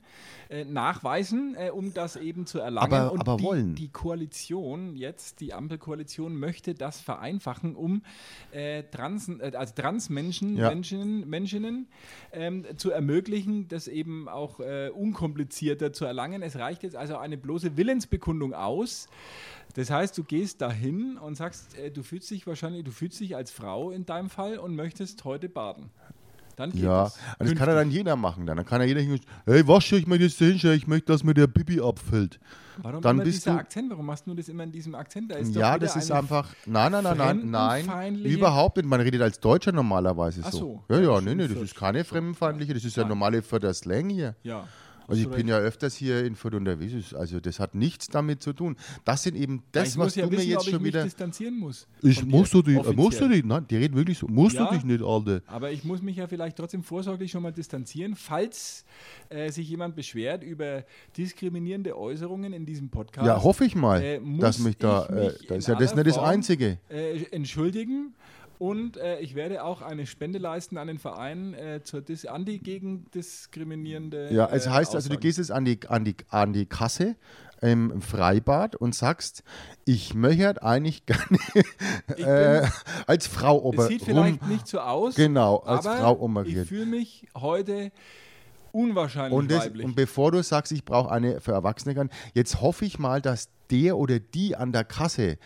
Speaker 3: äh, nachweisen, äh, um das eben zu erlangen.
Speaker 2: Aber-
Speaker 3: Und
Speaker 2: aber
Speaker 3: die,
Speaker 2: wollen.
Speaker 3: die Koalition jetzt, die Ampelkoalition, möchte das vereinfachen, um äh, Trans, äh, also Transmenschen,
Speaker 2: Ja.
Speaker 3: Menschen, Menschinnen ähm, zu ermöglichen, das eben auch äh, unkomplizierter zu erlangen. Es reicht jetzt also eine bloße Willensbekundung aus. Das heißt, du gehst dahin und sagst, äh, du fühlst dich wahrscheinlich, du fühlst dich als Frau in deinem Fall und möchtest heute baden. Dann geht
Speaker 2: Ja,
Speaker 3: das.
Speaker 2: und das kann ja
Speaker 3: Künftig.
Speaker 2: dann jeder machen. Dann, dann kann ja jeder hingehen, hey, was soll ich mir jetzt da hinstellen? Ich möchte, dass mir der Bibi abfällt.
Speaker 3: Warum
Speaker 2: dann
Speaker 3: immer
Speaker 2: bist
Speaker 3: dieser
Speaker 2: du-
Speaker 3: Akzent? Warum machst du das immer in diesem Akzent? Da ist doch
Speaker 2: ja,
Speaker 3: wieder
Speaker 2: das ist
Speaker 3: eine-
Speaker 2: einfach, nein, nein, nein, nein, nein,
Speaker 3: fremdenfeindliche-
Speaker 2: überhaupt nicht. Man redet als Deutscher normalerweise
Speaker 3: Ach
Speaker 2: so.
Speaker 3: so.
Speaker 2: Ja, ja,
Speaker 3: Ja,
Speaker 2: nee, nee, das
Speaker 3: stimmt.
Speaker 2: ist keine fremdenfeindliche, das ist ja
Speaker 3: Nein.
Speaker 2: normale Förder Slang hier.
Speaker 3: Ja.
Speaker 2: Also ich
Speaker 3: Hast du
Speaker 2: bin
Speaker 3: recht.
Speaker 2: ja öfters hier in Fürth unterwegs, also das hat nichts damit zu tun. Das sind eben das,
Speaker 3: ich
Speaker 2: was
Speaker 3: muss
Speaker 2: du
Speaker 3: ja
Speaker 2: mir
Speaker 3: wissen,
Speaker 2: jetzt
Speaker 3: ob ich
Speaker 2: schon
Speaker 3: mich
Speaker 2: wieder...
Speaker 3: distanzieren muss.
Speaker 2: Ich
Speaker 3: von
Speaker 2: musst
Speaker 3: dir,
Speaker 2: du dich, äh, musst du
Speaker 3: offiziell.
Speaker 2: dich, nein, die reden wirklich so, musst
Speaker 3: Ja?
Speaker 2: du dich nicht, Alter.
Speaker 3: Aber ich muss mich ja vielleicht trotzdem vorsorglich schon mal distanzieren, falls äh, sich jemand beschwert über diskriminierende Äußerungen in diesem Podcast.
Speaker 2: Ja, hoffe ich mal,
Speaker 3: äh, muss
Speaker 2: dass mich da,
Speaker 3: ich mich
Speaker 2: äh, das ist
Speaker 3: in
Speaker 2: ja das
Speaker 3: aller
Speaker 2: nicht das
Speaker 3: Form,
Speaker 2: Einzige.
Speaker 3: Äh, entschuldigen. Und äh, ich werde auch eine Spende leisten an den Verein äh, zur Dis anti gegen diskriminierende.
Speaker 2: Ja, es
Speaker 3: äh,
Speaker 2: heißt also, du
Speaker 3: Aussagen.
Speaker 2: gehst jetzt an die, an die, an die Kasse im Freibad und sagst, ich möchte eigentlich gerne äh, als Frau
Speaker 3: Es
Speaker 2: ober
Speaker 3: sieht
Speaker 2: rum.
Speaker 3: vielleicht nicht so aus.
Speaker 2: Genau, als
Speaker 3: aber
Speaker 2: Frau operiert.
Speaker 3: Ich fühle mich heute unwahrscheinlich
Speaker 2: Und, das,
Speaker 3: weiblich.
Speaker 2: und bevor du sagst, ich brauche eine für Erwachsene, kann- jetzt hoffe ich mal, dass der oder die an der Kasse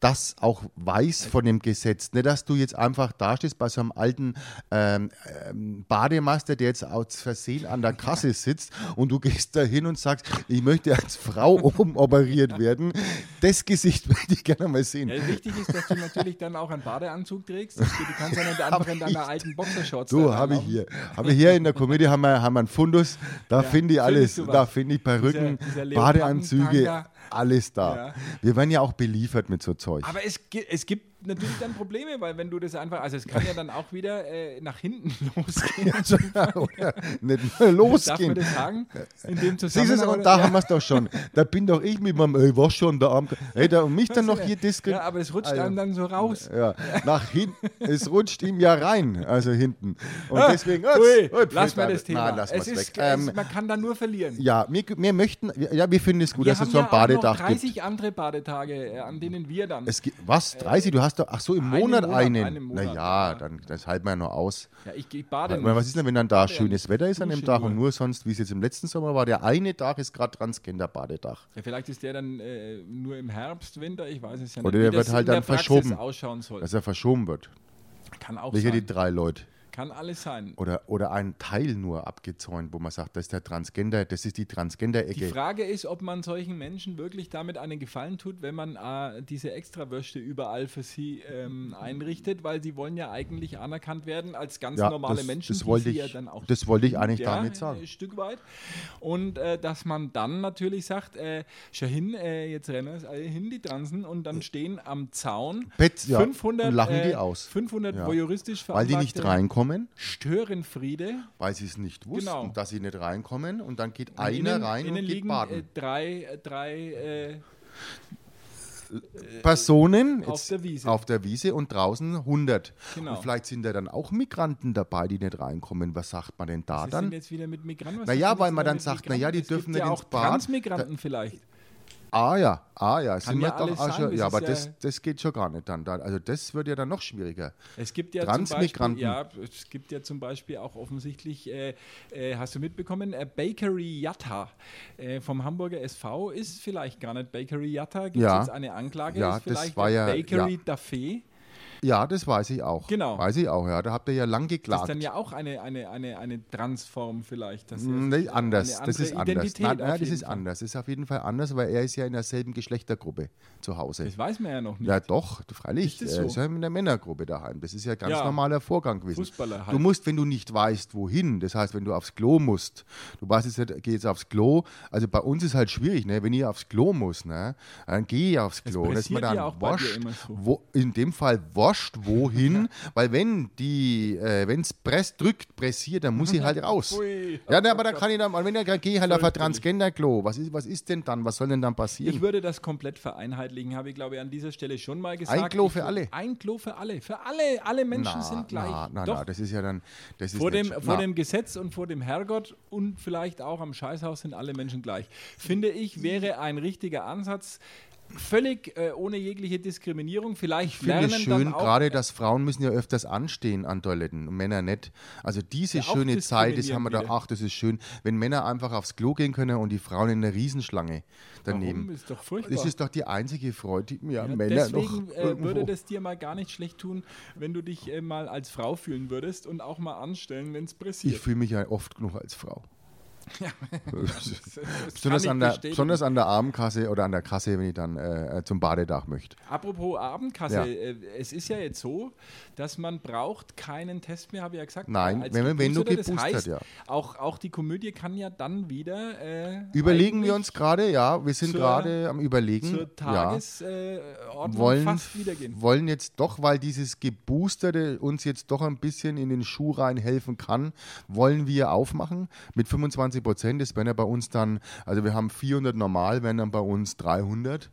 Speaker 2: das auch weiß von dem Gesetz. Nicht, dass du jetzt einfach dastehst bei so einem alten ähm, ähm, Bademeister, der jetzt aus Versehen an der Kasse sitzt und du gehst da hin und sagst, ich möchte als Frau umoperiert werden. Das Gesicht möchte ich gerne mal sehen.
Speaker 3: ja, wichtig ist, dass du natürlich dann auch einen Badeanzug trägst. Das geht, du kannst ja nicht einfach in deiner alten Boxershorts.
Speaker 2: Du,
Speaker 3: da
Speaker 2: habe ich
Speaker 3: reinlaufen.
Speaker 2: hier. Habe ich hier in der Komödie haben wir, haben wir einen Fundus. Da finde ich alles.
Speaker 3: findest du was?
Speaker 2: Da finde ich Perücken,
Speaker 3: Dieser- dieser
Speaker 2: Badeanzüge,
Speaker 3: Leoparden-Tanga.
Speaker 2: alles da.
Speaker 3: Ja.
Speaker 2: Wir werden ja auch beliefert mit so Zeug.
Speaker 3: Aber es, gi- es gibt natürlich dann Probleme, weil wenn du das einfach, also es kann ja dann auch wieder äh, nach hinten losgehen.
Speaker 2: Oder nicht mehr
Speaker 3: Darf man
Speaker 2: losgehen.
Speaker 3: das sagen? In dem
Speaker 2: Siehst du,
Speaker 3: Zusammenhang,
Speaker 2: und da
Speaker 3: oder?
Speaker 2: haben wir es doch schon. Da bin doch ich mit meinem, ey, was schon, der Abend. Ey, da, und mich dann noch hier
Speaker 3: ja,
Speaker 2: diskriminiert.
Speaker 3: aber es rutscht
Speaker 2: Also-
Speaker 3: einem dann so raus.
Speaker 2: Ja, nach hinten. Es rutscht ihm ja rein, also hinten. Und deswegen.
Speaker 3: Ui,
Speaker 2: Ups,
Speaker 3: Ah, lass mal
Speaker 2: Alter.
Speaker 3: das Thema.
Speaker 2: Nein, lass
Speaker 3: es
Speaker 2: mal's
Speaker 3: ist,
Speaker 2: weg.
Speaker 3: es,
Speaker 2: Ähm,
Speaker 3: man kann da nur verlieren.
Speaker 2: ja, wir, wir möchten, ja, wir finden es gut,
Speaker 3: Wir
Speaker 2: dass es
Speaker 3: haben
Speaker 2: so ein
Speaker 3: ja auch noch
Speaker 2: Badedach gibt.
Speaker 3: 30 andere Badetage, äh, an denen wir dann.
Speaker 2: Es gibt, was? 30? Du hast doch. Ach so, im
Speaker 3: Äh, einen
Speaker 2: Monat,
Speaker 3: Monat,
Speaker 2: einen.
Speaker 3: einen Monat,
Speaker 2: naja,
Speaker 3: ja.
Speaker 2: dann das halten wir ja nur aus.
Speaker 3: ja, ich, ich bade
Speaker 2: Weil, was ist denn, wenn dann da schönes Wetter ist an dem
Speaker 3: Dusche
Speaker 2: Tag und
Speaker 3: nur.
Speaker 2: nur sonst, wie es jetzt im letzten Sommer war, der eine Tag ist gerade Transgender-Badetag.
Speaker 3: Ja, vielleicht ist der dann äh, nur im Herbst, Winter, ich weiß es ja nicht.
Speaker 2: Oder der
Speaker 3: wie
Speaker 2: wird
Speaker 3: das
Speaker 2: halt
Speaker 3: in der
Speaker 2: dann
Speaker 3: Praxis
Speaker 2: verschoben.
Speaker 3: ausschauen soll.
Speaker 2: Dass er verschoben wird.
Speaker 3: Kann auch
Speaker 2: Welche die
Speaker 3: sein.
Speaker 2: drei Leute?
Speaker 3: Kann alles sein.
Speaker 2: Oder, oder einen Teil nur abgezäunt, wo man sagt, das ist der Transgender, das ist die
Speaker 3: Die
Speaker 2: Transgender-Ecke.
Speaker 3: Frage ist, ob man solchen Menschen wirklich damit einen Gefallen tut, wenn man äh, diese Extrawürste überall für sie ähm, einrichtet, weil sie wollen ja eigentlich anerkannt werden als ganz
Speaker 2: Ja,
Speaker 3: normale
Speaker 2: das-
Speaker 3: Menschen,
Speaker 2: das wollte
Speaker 3: die sie
Speaker 2: ich-
Speaker 3: ja dann auch
Speaker 2: das wollte ich eigentlich
Speaker 3: sind,
Speaker 2: damit sagen.
Speaker 3: Ein Stück weit. Und äh, dass man dann natürlich sagt, äh, Shahin, äh, jetzt rennen es alle hin, die Transen, und dann stehen am Zaun
Speaker 2: Pet- Äh. ja,
Speaker 3: 500,
Speaker 2: und lachen die
Speaker 3: äh,
Speaker 2: aus.
Speaker 3: 500
Speaker 2: Ja.
Speaker 3: voyeuristisch
Speaker 2: Weil die nicht
Speaker 3: veranlagte
Speaker 2: reinkommen,
Speaker 3: Störenfriede.
Speaker 2: weil sie es nicht wussten,
Speaker 3: Genau.
Speaker 2: dass sie nicht reinkommen und dann geht
Speaker 3: Und
Speaker 2: einer
Speaker 3: innen-
Speaker 2: rein
Speaker 3: innen
Speaker 2: und geht
Speaker 3: liegen,
Speaker 2: baden.
Speaker 3: Äh, drei, äh, drei äh,
Speaker 2: Personen
Speaker 3: auf der Wiese.
Speaker 2: auf der Wiese und draußen 100.
Speaker 3: Genau.
Speaker 2: Und vielleicht sind da dann auch Migranten dabei, die nicht reinkommen. Was sagt man denn da
Speaker 3: Was ist
Speaker 2: Ah, dann?
Speaker 3: denn jetzt wieder mit Migranten? Was
Speaker 2: Na
Speaker 3: ist
Speaker 2: ja,
Speaker 3: denn
Speaker 2: weil
Speaker 3: jetzt
Speaker 2: man
Speaker 3: wieder
Speaker 2: dann
Speaker 3: mit
Speaker 2: sagt, na
Speaker 3: Migranten?
Speaker 2: ja, die
Speaker 3: Es
Speaker 2: dürfen
Speaker 3: gibt
Speaker 2: nicht
Speaker 3: ja
Speaker 2: ins
Speaker 3: auch
Speaker 2: Bad.
Speaker 3: Transmigranten vielleicht.
Speaker 2: Ah ja, ah ja, sind wir
Speaker 3: ja
Speaker 2: doch
Speaker 3: alles
Speaker 2: auch
Speaker 3: sein,
Speaker 2: schon.
Speaker 3: das
Speaker 2: Ja,
Speaker 3: ist
Speaker 2: aber
Speaker 3: ja-
Speaker 2: das, das geht schon gar nicht dann. Da- Also das wird ja dann noch schwieriger.
Speaker 3: Es gibt ja
Speaker 2: Transmigranten.
Speaker 3: Zum Beispiel, ja, es gibt ja zum Beispiel auch offensichtlich, äh, äh, hast du mitbekommen, äh, Bakery Yatta äh, vom Hamburger SV ist vielleicht gar nicht Bakery Yatta. Gibt es
Speaker 2: Ja.
Speaker 3: jetzt eine Anklage?
Speaker 2: Ja,
Speaker 3: ist
Speaker 2: das
Speaker 3: vielleicht
Speaker 2: war ja-
Speaker 3: Bakery
Speaker 2: ja.
Speaker 3: Daffé.
Speaker 2: Ja, das weiß ich auch.
Speaker 3: Genau.
Speaker 2: Weiß ich auch, ja. Da habt ihr ja lang
Speaker 3: Das ist
Speaker 2: geklagt.
Speaker 3: dann ja auch eine, eine, eine, eine Transform vielleicht. Das
Speaker 2: Hm, Nee, anders, das ist anders.
Speaker 3: Identität
Speaker 2: Nein,
Speaker 3: auf
Speaker 2: nein, das
Speaker 3: jeden
Speaker 2: ist
Speaker 3: Fall.
Speaker 2: anders. Das ist auf jeden Fall anders, weil er ist ja in derselben Geschlechtergruppe zu Hause.
Speaker 3: Das weiß man ja noch nicht.
Speaker 2: Ja, doch, freilich. Ist
Speaker 3: Ist das
Speaker 2: Er
Speaker 3: so?
Speaker 2: ist ja in der Männergruppe daheim. Das ist ja ganz
Speaker 3: Ja.
Speaker 2: normaler Vorgang gewesen.
Speaker 3: Fußballer halt.
Speaker 2: Du musst, wenn du nicht weißt, wohin, das heißt, wenn du aufs Klo musst, du weißt jetzt, nicht, geh jetzt aufs Klo. Also bei uns ist halt schwierig, ne? wenn ich aufs Klo muss, ne? dann geh ich aufs Klo. dass man
Speaker 3: passiert
Speaker 2: dann
Speaker 3: ja auch bei dir
Speaker 2: wascht,
Speaker 3: immer so.
Speaker 2: wo, in dem Fall wascht wohin, weil wenn die, äh, wenn es press, drückt, pressiert, dann muss ich halt raus.
Speaker 3: Ui.
Speaker 2: ja, ne, aber da kann ich dann, wenn ich dann gehe ich halt auf ein
Speaker 3: Fürchterlich.
Speaker 2: Transgender-Klo. Was ist, was ist denn dann? Was soll denn dann passieren?
Speaker 3: Ich würde das komplett vereinheitlichen, habe ich glaube ich an dieser Stelle schon mal gesagt.
Speaker 2: Ein Klo
Speaker 3: Ich
Speaker 2: für
Speaker 3: wür-
Speaker 2: alle.
Speaker 3: Ein Klo für alle. Für alle, alle Menschen sind gleich.
Speaker 2: Na, na,
Speaker 3: Doch,
Speaker 2: na, das ist ja dann. Das ist
Speaker 3: vor dem,
Speaker 2: nicht sch-
Speaker 3: vor
Speaker 2: na.
Speaker 3: dem Gesetz und vor dem Herrgott und vielleicht auch am Scheißhaus sind alle Menschen gleich. Finde ich, wäre ein richtiger Ansatz. Völlig äh, ohne jegliche Diskriminierung. Vielleicht
Speaker 2: Ich finde
Speaker 3: lernen
Speaker 2: es schön,
Speaker 3: dann auch
Speaker 2: gerade dass Frauen müssen ja öfters anstehen an Toiletten und Männer nicht. Also diese
Speaker 3: Ja, auch
Speaker 2: schöne Zeit, das
Speaker 3: diskriminieren
Speaker 2: haben wir da,
Speaker 3: wieder.
Speaker 2: ach, das ist schön, wenn Männer einfach aufs Klo gehen können und die Frauen in der Riesenschlange daneben.
Speaker 3: Warum? Ist doch furchtbar.
Speaker 2: Das ist doch die einzige Freude, die mir
Speaker 3: Ja,
Speaker 2: Männer
Speaker 3: Deswegen
Speaker 2: noch
Speaker 3: äh, würde
Speaker 2: irgendwo-
Speaker 3: das dir mal gar nicht schlecht tun, wenn du dich äh, mal als Frau fühlen würdest und auch mal anstellen, wenn es
Speaker 2: Ich
Speaker 3: pressiert.
Speaker 2: fühle mich ja oft genug als Frau.
Speaker 3: Das- das kann
Speaker 2: Besonders
Speaker 3: ich
Speaker 2: an, der,
Speaker 3: bestätigen.
Speaker 2: besonders an der Armkasse oder an der Kasse, wenn ich dann äh, zum Badedach möchte.
Speaker 3: Apropos Abendkasse,
Speaker 2: Ja.
Speaker 3: äh, es ist ja jetzt so, dass man braucht keinen Test mehr, habe ich ja gesagt.
Speaker 2: Nein,
Speaker 3: als
Speaker 2: wenn man- wenn du
Speaker 3: Geboosterter.
Speaker 2: geboostert,
Speaker 3: das heißt,
Speaker 2: ja.
Speaker 3: Auch, auch die Komödie kann ja dann wieder äh,
Speaker 2: Überlegen
Speaker 3: eigentlich
Speaker 2: wir uns gerade, ja, wir sind
Speaker 3: zur-
Speaker 2: gerade am Überlegen.
Speaker 3: zur
Speaker 2: ja.
Speaker 3: Tagesordnung
Speaker 2: wollen,
Speaker 3: fast wiedergehen.
Speaker 2: wollen jetzt doch, weil dieses Geboosterte uns jetzt doch ein bisschen in den Schuh rein helfen kann, wollen wir aufmachen mit 25 Prozent. Das wären ja bei uns dann, also wir haben 400 normal, wären dann bei uns 300.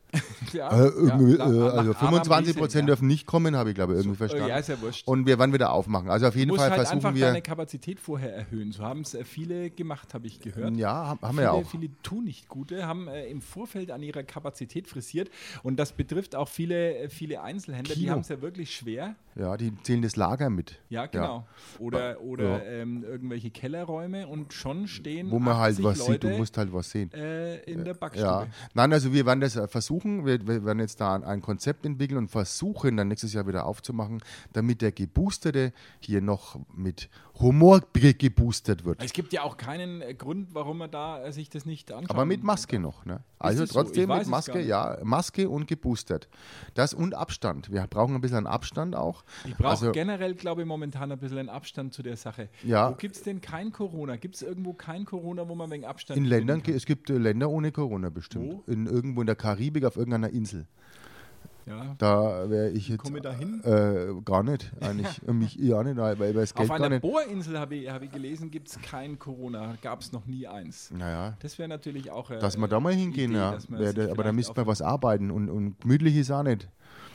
Speaker 3: Ja,
Speaker 2: Äh, irgendwie,
Speaker 3: nach-
Speaker 2: äh,
Speaker 3: nach
Speaker 2: also
Speaker 3: Adam
Speaker 2: 25
Speaker 3: Riese,
Speaker 2: Prozent
Speaker 3: ja.
Speaker 2: dürfen nicht kommen, habe ich glaube irgendwie verstanden.
Speaker 3: äh, ja, ist ja wurscht.
Speaker 2: Und wir werden wieder aufmachen. Also auf jeden
Speaker 3: Du musst
Speaker 2: Fall
Speaker 3: halt einfach
Speaker 2: versuchen wir.
Speaker 3: deine Kapazität vorher erhöhen. So haben es äh, viele gemacht, habe ich gehört.
Speaker 2: Ja, haben, haben wir
Speaker 3: Viele,
Speaker 2: ja auch.
Speaker 3: viele tun nicht gute, haben äh, im Vorfeld an ihrer Kapazität frisiert und das betrifft auch viele, äh, viele Einzelhändler, die
Speaker 2: Kino.
Speaker 3: haben es ja wirklich schwer.
Speaker 2: Ja, die zählen das Lager mit.
Speaker 3: Ja, genau. Oder,
Speaker 2: Ja.
Speaker 3: oder ähm, irgendwelche Kellerräume und schon stehen
Speaker 2: Wo man halt
Speaker 3: 80
Speaker 2: was sieht,
Speaker 3: Leute
Speaker 2: du musst halt was sehen.
Speaker 3: äh, in der Backstube.
Speaker 2: Ja, nein, also wir werden das äh, versuchen. Wir, wir werden jetzt da ein, ein Konzept entwickeln und versuchen, dann nächstes Jahr wieder aufzumachen, damit der Geboosterte hier noch mit Humor ge- geboostert wird.
Speaker 3: Es gibt ja auch keinen äh, Grund, warum man da äh, sich das nicht anschaut.
Speaker 2: Aber mit Maske noch, ne? Also
Speaker 3: es so? Ich
Speaker 2: trotzdem
Speaker 3: weiß
Speaker 2: mit
Speaker 3: es
Speaker 2: Maske,
Speaker 3: gar nicht.
Speaker 2: ja, Maske und geboostert. Das und Abstand. Wir brauchen ein bisschen Abstand auch.
Speaker 3: Ich brauche
Speaker 2: also,
Speaker 3: generell, glaube ich, momentan ein bisschen einen Abstand zu der Sache.
Speaker 2: Ja.
Speaker 3: Wo gibt es denn kein Corona? Gibt es irgendwo kein Corona, wo man wegen Abstand
Speaker 2: in
Speaker 3: finden
Speaker 2: Ländern,
Speaker 3: kann?
Speaker 2: es gibt äh, Länder ohne Corona bestimmt. In, irgendwo in der Karibik auf irgendeiner Insel.
Speaker 3: Ja.
Speaker 2: Da wäre ich jetzt
Speaker 3: komme ich da hin?
Speaker 2: Äh, gar nicht eigentlich. mich ja nicht, weil weil das Geld
Speaker 3: Auf
Speaker 2: gar
Speaker 3: einer
Speaker 2: nicht.
Speaker 3: Bohrinsel habe ich, habe ich gelesen, gibt es kein Corona. Gab es noch nie eins.
Speaker 2: Naja,
Speaker 3: Das wäre natürlich auch. äh,
Speaker 2: Dass wir da mal
Speaker 3: eine
Speaker 2: hingehen,
Speaker 3: Idee,
Speaker 2: ja.
Speaker 3: dass man
Speaker 2: Wär-
Speaker 3: sich
Speaker 2: aber da
Speaker 3: vielleicht
Speaker 2: müsste
Speaker 3: auf-
Speaker 2: man was arbeiten und, und gemütlich ist auch nicht.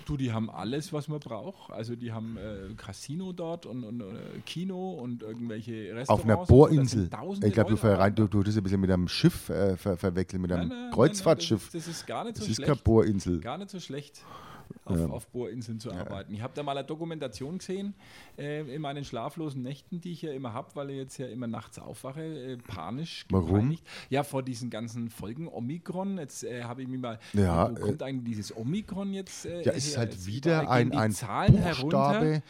Speaker 3: Du, die haben alles, was man braucht. Also die haben äh, Casino dort und, und äh, Kino und irgendwelche Restaurants.
Speaker 2: Auf einer
Speaker 3: und so. Da
Speaker 2: Bohrinsel.
Speaker 3: sind tausende
Speaker 2: Ich glaube, du,
Speaker 3: Leute.
Speaker 2: verrein- du, du tust ein bisschen mit einem Schiff äh, ver verwechseln, mit einem
Speaker 3: Nein, nein, nein,
Speaker 2: Kreuzfahrtschiff.
Speaker 3: Das, ist- das ist gar nicht so
Speaker 2: das ist
Speaker 3: schlecht.
Speaker 2: keine Bohrinsel.
Speaker 3: Gar nicht so schlecht, auf, auf Bohrinseln zu arbeiten. Ich habe da mal eine Dokumentation gesehen äh, in meinen schlaflosen Nächten, die ich ja immer habe, weil ich jetzt ja immer nachts aufwache, äh, panisch.
Speaker 2: Warum?
Speaker 3: gepeinigt. Ja, vor diesen ganzen Folgen Omikron. Jetzt äh, habe ich mir mal,
Speaker 2: Ja,
Speaker 3: wo
Speaker 2: äh,
Speaker 3: kommt eigentlich dieses Omikron jetzt? Äh,
Speaker 2: Ja, es ist
Speaker 3: her?
Speaker 2: halt
Speaker 3: Jetzt
Speaker 2: wieder
Speaker 3: überall
Speaker 2: ein,
Speaker 3: gehen die
Speaker 2: ein
Speaker 3: Zahlen herunter.
Speaker 2: Buchstabe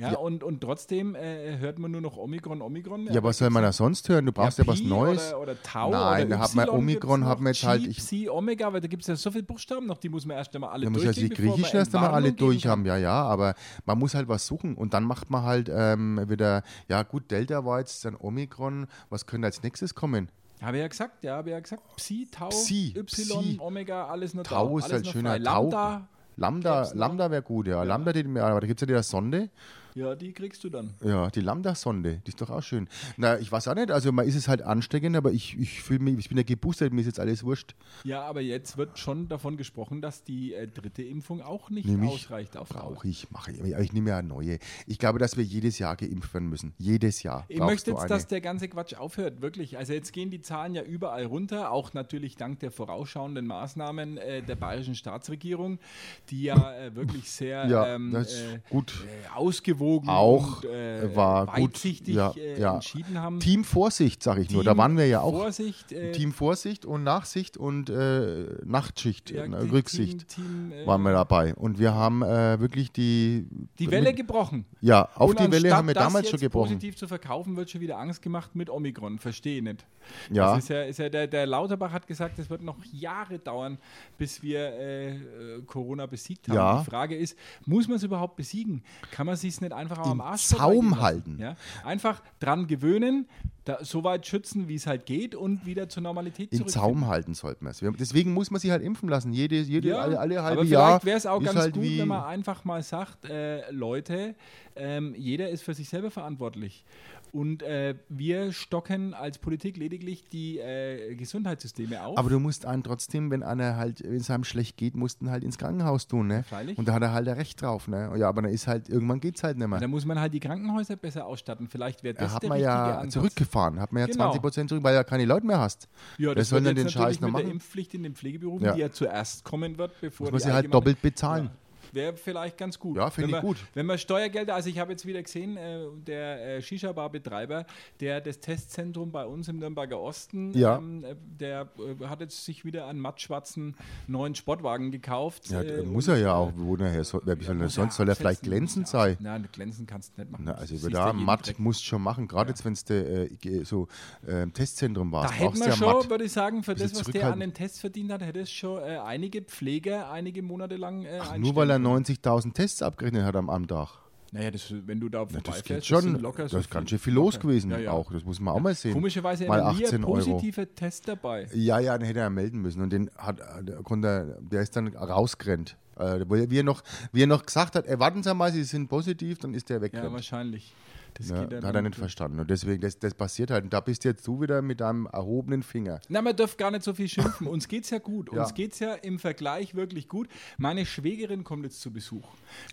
Speaker 3: Ja, Und, und trotzdem äh, hört man nur noch Omikron, Omikron.
Speaker 2: Ja, was soll man da sonst hören? Du brauchst ja, was
Speaker 3: Pi
Speaker 2: Neues.
Speaker 3: Oder, oder Tau
Speaker 2: Nein,
Speaker 3: oder
Speaker 2: da hat man
Speaker 3: Y gibt's
Speaker 2: Omikron,
Speaker 3: noch,
Speaker 2: hat man jetzt halt-
Speaker 3: Chi,
Speaker 2: ich-
Speaker 3: Psi, Omega, weil da gibt es ja so viele Buchstaben noch, die muss man erst einmal alle
Speaker 2: Da muss ja
Speaker 3: durchgehen.
Speaker 2: die
Speaker 3: bevor man
Speaker 2: Griechischen erst einmal alle
Speaker 3: Entwarnung
Speaker 2: durch
Speaker 3: geben kann.
Speaker 2: haben, ja, ja, aber man muss halt was suchen und dann macht man halt ähm, wieder, ja gut, Delta war jetzt dann Omikron, was könnte als nächstes kommen?
Speaker 3: Habe ich ja gesagt, ja, habe ich ja gesagt. Psi, Tau,
Speaker 2: Psi,
Speaker 3: Y,
Speaker 2: Psi.
Speaker 3: Omega, alles nur da.
Speaker 2: Tau ist
Speaker 3: alles
Speaker 2: halt
Speaker 3: noch
Speaker 2: schöner.
Speaker 3: frei.
Speaker 2: Tau.
Speaker 3: Lambda,
Speaker 2: Lambda,
Speaker 3: Gäb's noch?
Speaker 2: Lambda wäre gut, ja. Lambda, die, aber da gibt es ja die Sonde.
Speaker 3: ja, die kriegst du dann.
Speaker 2: Ja, die Lambda-Sonde, die ist doch auch schön. Na, ich weiß auch nicht, also man ist es halt ansteckend, aber ich, ich fühle mich, ich bin ja geboostert, mir ist jetzt alles wurscht.
Speaker 3: Ja, aber jetzt wird schon davon gesprochen, dass die äh, dritte Impfung auch nicht
Speaker 2: Nämlich
Speaker 3: ausreicht auf Dauer.
Speaker 2: Brauche ich, mache ich. Aber ich nehme ja eine neue. Ich glaube, dass wir jedes Jahr geimpft werden müssen. Jedes Jahr.
Speaker 3: Ich
Speaker 2: brauchst
Speaker 3: möchte
Speaker 2: du
Speaker 3: jetzt,
Speaker 2: eine.
Speaker 3: dass der ganze Quatsch aufhört, wirklich. Also jetzt gehen die Zahlen ja überall runter, auch natürlich dank der vorausschauenden Maßnahmen äh, der bayerischen Staatsregierung, die ja äh, wirklich sehr
Speaker 2: Ja,
Speaker 3: ähm,
Speaker 2: das ist
Speaker 3: äh,
Speaker 2: gut.
Speaker 3: äh, ausgewogen
Speaker 2: Auch
Speaker 3: und äh,
Speaker 2: war gut.
Speaker 3: weitsichtig
Speaker 2: Ja,
Speaker 3: äh,
Speaker 2: ja.
Speaker 3: entschieden haben.
Speaker 2: Team Vorsicht, sag ich nur. Da
Speaker 3: Team
Speaker 2: waren wir ja auch.
Speaker 3: Vorsicht, äh,
Speaker 2: Team Vorsicht und Nachsicht und äh, Nachtschicht,
Speaker 3: ja,
Speaker 2: äh,
Speaker 3: Team-
Speaker 2: Rücksicht
Speaker 3: Team, äh,
Speaker 2: waren wir dabei. Und wir haben äh, wirklich die.
Speaker 3: die Welle
Speaker 2: mit,
Speaker 3: gebrochen.
Speaker 2: Ja, auf
Speaker 3: Und
Speaker 2: die Welle
Speaker 3: anstatt
Speaker 2: haben wir
Speaker 3: das
Speaker 2: damals
Speaker 3: jetzt
Speaker 2: schon gebrochen.
Speaker 3: positiv zu verkaufen, wird schon wieder Angst gemacht mit Omikron. Verstehe nicht.
Speaker 2: Ja.
Speaker 3: Das ist ja, ist ja der, der Lauterbach hat gesagt, es wird noch Jahre dauern, bis wir äh, äh, Corona besiegt haben.
Speaker 2: Ja.
Speaker 3: Die Frage ist, muss man es überhaupt besiegen? Kann man sich nicht einfach am
Speaker 2: Im
Speaker 3: Arsch
Speaker 2: Zaum
Speaker 3: vorbeigehen lassen?
Speaker 2: halten.
Speaker 3: Ja? Einfach dran gewöhnen, da, so weit schützen, wie es halt geht und wieder zur Normalität
Speaker 2: Im
Speaker 3: zurückfinden.
Speaker 2: Zaum halten sollten wir es. Wir- Deswegen muss man sie halt impfen lassen. Jede, jede,
Speaker 3: Ja,
Speaker 2: alle, alle halbe
Speaker 3: aber
Speaker 2: Jahr.
Speaker 3: vielleicht wäre es auch
Speaker 2: ist
Speaker 3: ganz
Speaker 2: halt
Speaker 3: gut,
Speaker 2: wie,
Speaker 3: wenn man einfach mal sagt, äh, Leute, ähm, jeder ist für sich selber verantwortlich. Und äh, wir stocken als Politik lediglich die äh, Gesundheitssysteme auf.
Speaker 2: Aber du musst einen trotzdem, wenn einer halt, wenn es einem schlecht geht, musst du ihn halt ins Krankenhaus tun, ne?
Speaker 3: Freilich.
Speaker 2: Und da hat er halt ein Recht drauf, ne? Ja, aber dann ist halt, irgendwann geht's halt nicht mehr.
Speaker 3: da muss man halt die Krankenhäuser besser ausstatten. Vielleicht wäre
Speaker 2: Da
Speaker 3: das
Speaker 2: hat
Speaker 3: der
Speaker 2: man
Speaker 3: richtige
Speaker 2: ja
Speaker 3: Ansatz.
Speaker 2: zurückgefahren, hat man ja
Speaker 3: Genau.
Speaker 2: 20 Prozent zurück, weil du ja keine Leute mehr hast.
Speaker 3: Ja,
Speaker 2: Wer
Speaker 3: das
Speaker 2: soll
Speaker 3: wird
Speaker 2: denn den
Speaker 3: jetzt
Speaker 2: Scheiß
Speaker 3: natürlich
Speaker 2: noch
Speaker 3: mit der
Speaker 2: machen?
Speaker 3: Impfpflicht in den Pflegeberufen,
Speaker 2: Ja.
Speaker 3: die ja zuerst kommen wird, bevor
Speaker 2: Muss man
Speaker 3: die
Speaker 2: sie halt
Speaker 3: allgemeine-
Speaker 2: doppelt bezahlen.
Speaker 3: Ja. Wäre vielleicht ganz gut.
Speaker 2: Ja, finde
Speaker 3: Wenn
Speaker 2: ich
Speaker 3: man-
Speaker 2: gut.
Speaker 3: Wenn man Steuergelder, also ich habe jetzt wieder gesehen, äh, der äh, Shisha-Bar-Betreiber, der das Testzentrum bei uns im Nürnberger Osten,
Speaker 2: Ja.
Speaker 3: ähm, äh, der äh, hat jetzt sich wieder einen mattschwarzen neuen Sportwagen gekauft.
Speaker 2: Ja,
Speaker 3: äh,
Speaker 2: muss
Speaker 3: und-
Speaker 2: er ja auch, wo nachher soll, wer soll denn
Speaker 3: muss er
Speaker 2: sonst soll er vielleicht
Speaker 3: absetzen.
Speaker 2: glänzend
Speaker 3: Ja,
Speaker 2: sein.
Speaker 3: Nein, glänzen kannst du nicht machen.
Speaker 2: Na, also
Speaker 3: Das
Speaker 2: über
Speaker 3: siehst du
Speaker 2: da
Speaker 3: jeden
Speaker 2: matt
Speaker 3: Dreck.
Speaker 2: musst du schon machen, gerade jetzt, wenn es de, äh, so äh, im Testzentrum warst.
Speaker 3: Da hätten
Speaker 2: brauchst
Speaker 3: wir
Speaker 2: du
Speaker 3: schon,
Speaker 2: matt.
Speaker 3: würde ich sagen, für das,
Speaker 2: bisschen
Speaker 3: was der an
Speaker 2: zurückhaltend.
Speaker 3: den Tests verdient hat, hätte es schon äh, einige Pfleger einige Monate lang äh,
Speaker 2: Ach,
Speaker 3: einstellen
Speaker 2: Nur weil er
Speaker 3: können.
Speaker 2: 90.000 Tests abgerechnet hat am, am Tag.
Speaker 3: Naja, das, wenn du da
Speaker 2: Das
Speaker 3: vorbeifährst,
Speaker 2: geht
Speaker 3: sind
Speaker 2: schon.
Speaker 3: locker
Speaker 2: Das
Speaker 3: so
Speaker 2: ist ganz
Speaker 3: viel-
Speaker 2: schön viel los
Speaker 3: locker.
Speaker 2: gewesen
Speaker 3: Ja, ja.
Speaker 2: auch. Das muss man auch mal sehen.
Speaker 3: Komischerweise
Speaker 2: mal
Speaker 3: in der
Speaker 2: 18
Speaker 3: Nier
Speaker 2: Euro.
Speaker 3: positive Test dabei.
Speaker 2: Ja, ja, den hätte er melden müssen. Und den hat, der, konnte, er- der ist dann rausgerannt. Äh, wo er- wie, er noch, wie er noch gesagt hat, ey, warten Sie mal, Sie sind positiv, dann ist der
Speaker 3: Ja,
Speaker 2: weggerannt.
Speaker 3: wahrscheinlich. Das
Speaker 2: Ja,
Speaker 3: geht ja
Speaker 2: hat er
Speaker 3: dann-
Speaker 2: nicht verstanden. Und deswegen, das, das passiert halt. Und da bist jetzt du wieder mit deinem erhobenen Finger.
Speaker 3: Na, man darf gar nicht so viel schimpfen. Uns geht's ja gut.
Speaker 2: Ja.
Speaker 3: Uns geht's ja im Vergleich wirklich gut. Meine Schwägerin kommt jetzt zu Besuch.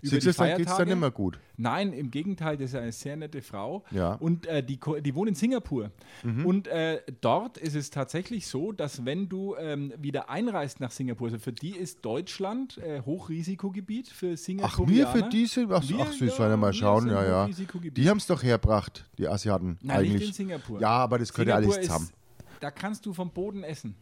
Speaker 2: Siehst du, dann geht's dann immer gut.
Speaker 3: Nein, im Gegenteil, das ist eine sehr nette Frau.
Speaker 2: Ja. Mhm.
Speaker 3: Und äh, die, ko- die wohnt in Singapur. Und äh, dort ist es tatsächlich so, dass wenn du ähm, wieder einreist nach Singapur, also für die ist Deutschland äh, Hochrisikogebiet für
Speaker 2: Ach,
Speaker 3: Singapur.
Speaker 2: mir für diese? Ach,
Speaker 3: Wir,
Speaker 2: ach sie
Speaker 3: ja,
Speaker 2: sollen ja mal
Speaker 3: wir
Speaker 2: schauen.
Speaker 3: sind
Speaker 2: Ja, ja.
Speaker 3: Hochrisikogebiet.
Speaker 2: Die haben es doch hergebracht, die Asiaten.
Speaker 3: Nein,
Speaker 2: eigentlich.
Speaker 3: nicht in Singapur.
Speaker 2: Ja, aber das gehört ja alles
Speaker 3: Singapur
Speaker 2: zusammen.
Speaker 3: Ist, da kannst du vom Boden essen.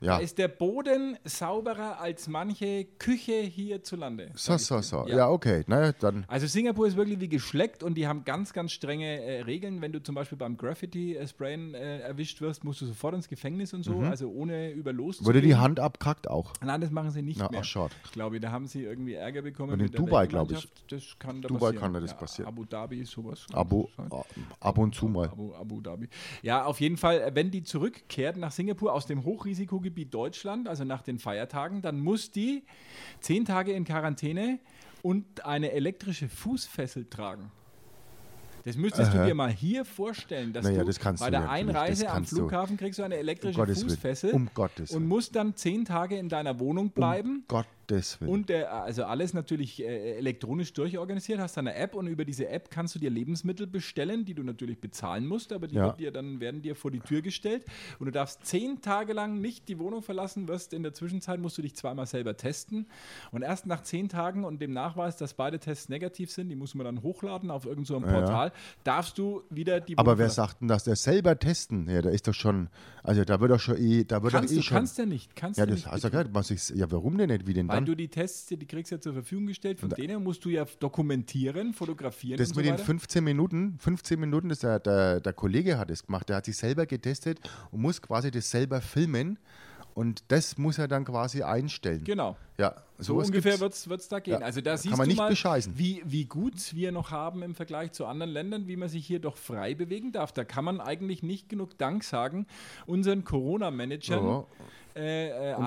Speaker 2: Ja.
Speaker 3: Da ist der Boden sauberer als manche Küche hierzulande.
Speaker 2: So,
Speaker 3: sag ich
Speaker 2: so,
Speaker 3: dir.
Speaker 2: so.
Speaker 3: Ja.
Speaker 2: Ja, okay. Na, dann.
Speaker 3: Also Singapur ist wirklich wie geschleckt und die haben ganz, ganz strenge äh, Regeln. Wenn du zum Beispiel beim Graffiti-Sprayen äh, erwischt wirst, musst du sofort ins Gefängnis und so, also ohne über los
Speaker 2: Wurde Mhm. die Hand abkackt auch?
Speaker 3: Nein, das machen sie nicht
Speaker 2: Na,
Speaker 3: mehr.
Speaker 2: ach, schade.
Speaker 3: Glaube ich, da haben sie irgendwie Ärger bekommen.
Speaker 2: Und in
Speaker 3: mit der
Speaker 2: Dubai, glaub ich.
Speaker 3: Weltmannschaft. Das kann da
Speaker 2: Dubai
Speaker 3: passieren.
Speaker 2: kann da das passieren.
Speaker 3: Abu Dhabi ist sowas. kann
Speaker 2: Abo, äh,
Speaker 3: das sein.
Speaker 2: ab und zu mal.
Speaker 3: Abu, Abu Dhabi. Ja, auf jeden Fall, äh, wenn die zurückkehrt nach Singapur aus dem Hochrisikogebiet Deutschland, also nach den Feiertagen, dann muss die zehn Tage in Quarantäne und eine elektrische Fußfessel tragen. Das müsstest du
Speaker 2: Aha.
Speaker 3: dir mal hier vorstellen, dass
Speaker 2: Naja,
Speaker 3: du
Speaker 2: das kannst
Speaker 3: bei
Speaker 2: du
Speaker 3: der
Speaker 2: natürlich, das
Speaker 3: Einreise am
Speaker 2: kannst du. Um
Speaker 3: Flughafen kriegst du eine elektrische
Speaker 2: Gottes Willen,
Speaker 3: Fußfessel
Speaker 2: um Gottes
Speaker 3: und
Speaker 2: Willen. Um
Speaker 3: musst dann zehn Tage in deiner Wohnung bleiben.
Speaker 2: Gottes Willen.
Speaker 3: Und der, also alles natürlich äh, elektronisch durchorganisiert, hast dann eine App und über diese App kannst du dir Lebensmittel bestellen, die du natürlich bezahlen musst, aber die
Speaker 2: Ja.
Speaker 3: wird dir dann werden dir vor die Tür gestellt und du darfst zehn Tage lang nicht die Wohnung verlassen, wirst in der Zwischenzeit musst du dich zweimal selber testen und erst nach zehn Tagen und dem Nachweis, dass beide Tests negativ sind, die muss man dann hochladen auf irgendeinem so einem
Speaker 2: Ja.
Speaker 3: Portal, darfst du wieder die
Speaker 2: aber wer
Speaker 3: verlassen.
Speaker 2: sagt denn, dass der selber testen? Ja, da ist doch schon, also da wird doch schon eh, da wird
Speaker 3: kannst
Speaker 2: doch eh
Speaker 3: du
Speaker 2: schon.
Speaker 3: kannst ja nicht, kannst
Speaker 2: ja,
Speaker 3: du
Speaker 2: das
Speaker 3: nicht
Speaker 2: hast du ja gehört. Man sich's- Ja, warum denn nicht? Wie denn
Speaker 3: Weil Weil du die Tests, die kriegst ja zur Verfügung gestellt, von denen musst du ja dokumentieren, fotografieren
Speaker 2: Das
Speaker 3: und
Speaker 2: mit
Speaker 3: so
Speaker 2: den
Speaker 3: weiter.
Speaker 2: 15 Minuten, 15 Minuten, das der, der, der Kollege hat es gemacht, der hat sich selber getestet und muss quasi das selber filmen und das muss er dann quasi einstellen.
Speaker 3: Genau.
Speaker 2: Ja,
Speaker 3: So
Speaker 2: sowas
Speaker 3: ungefähr
Speaker 2: gibt's.
Speaker 3: wird es da gehen.
Speaker 2: Ja,
Speaker 3: Also da
Speaker 2: kann
Speaker 3: siehst
Speaker 2: man
Speaker 3: du
Speaker 2: nicht
Speaker 3: mal,
Speaker 2: bescheißen.
Speaker 3: Wie, wie gut wir noch haben im Vergleich zu anderen Ländern, wie man sich hier doch frei bewegen darf. Da kann man eigentlich nicht genug Dank sagen unseren Corona-Managern.
Speaker 2: Ja.
Speaker 3: Äh, äh,
Speaker 2: Und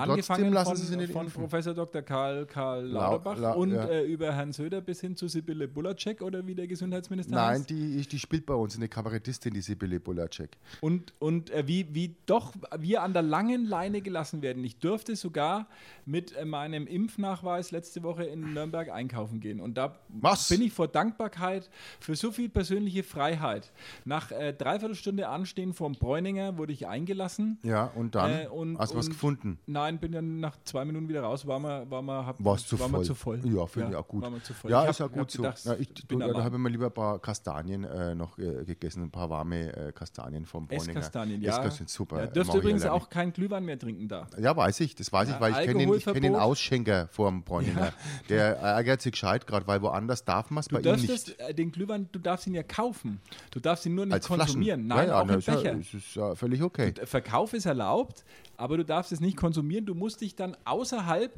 Speaker 2: trotzdem
Speaker 3: angefangen
Speaker 2: lassen
Speaker 3: von,
Speaker 2: sie sich nicht
Speaker 3: von
Speaker 2: impfen.
Speaker 3: Professor Dr. Karl, Karl
Speaker 2: Lau-
Speaker 3: Lauterbach
Speaker 2: La-
Speaker 3: und
Speaker 2: ja.
Speaker 3: äh, über Herrn Söder bis hin zu Sibylle Bulacek oder wie der Gesundheitsminister
Speaker 2: Nein,
Speaker 3: heißt.
Speaker 2: die, die spielt bei uns eine Kabarettistin, die Sibylle Bulacek.
Speaker 3: Und, und äh, wie, wie doch wir an der langen Leine gelassen werden. Ich dürfte sogar mit äh, meinem Impfnachweis letzte Woche in Nürnberg einkaufen gehen. Und da
Speaker 2: Was?
Speaker 3: bin ich vor Dankbarkeit für so viel persönliche Freiheit. Nach äh, dreiviertel Stunde Anstehen vorm Bräuninger wurde ich eingelassen.
Speaker 2: Ja, und dann
Speaker 3: Äh, und-
Speaker 2: hast du was
Speaker 3: und-
Speaker 2: gefunden.
Speaker 3: Nein, bin dann nach zwei Minuten wieder raus, war mir, war mir, hab,
Speaker 2: War es zu,
Speaker 3: war mir
Speaker 2: voll.
Speaker 3: zu voll.
Speaker 2: Ja, finde ich auch gut.
Speaker 3: War mir zu voll.
Speaker 2: Ja,
Speaker 3: Ich
Speaker 2: ist
Speaker 3: hab-
Speaker 2: auch gut
Speaker 3: hab
Speaker 2: so.
Speaker 3: gedacht,
Speaker 2: ja, ich,
Speaker 3: ich
Speaker 2: du,
Speaker 3: bin
Speaker 2: da
Speaker 3: allein.
Speaker 2: habe ich mir lieber ein paar Kastanien äh, noch äh, gegessen, ein paar warme äh, Kastanien vom Bräuninger.
Speaker 3: Esskastanien, ja.
Speaker 2: Esskastanien, super. äh,
Speaker 3: Ja,
Speaker 2: Mach
Speaker 3: dürfte
Speaker 2: ich
Speaker 3: übrigens
Speaker 2: alleine.
Speaker 3: auch kein Glühwein mehr trinken da.
Speaker 2: Ja, weiß ich, das weiß ich, weil ich kenne den, ich kenn den
Speaker 3: Alkoholverbot.
Speaker 2: Ausschenker vorm Bräuninger. Der äh, ärgert sich gescheit gerade, weil woanders darf man es bei
Speaker 3: Du
Speaker 2: ihm
Speaker 3: dürftest
Speaker 2: nicht.
Speaker 3: äh, den Glühwein, du darfst ihn ja kaufen. Du darfst ihn nur nicht
Speaker 2: Als Flaschen.
Speaker 3: konsumieren. Nein,
Speaker 2: ja, ja,
Speaker 3: auch
Speaker 2: na,
Speaker 3: im
Speaker 2: ist ja,
Speaker 3: Becher.
Speaker 2: ist, ist ja völlig okay.
Speaker 3: Der Verkauf ist erlaubt, aber du darfst es nicht konsumieren. Du musst dich dann außerhalb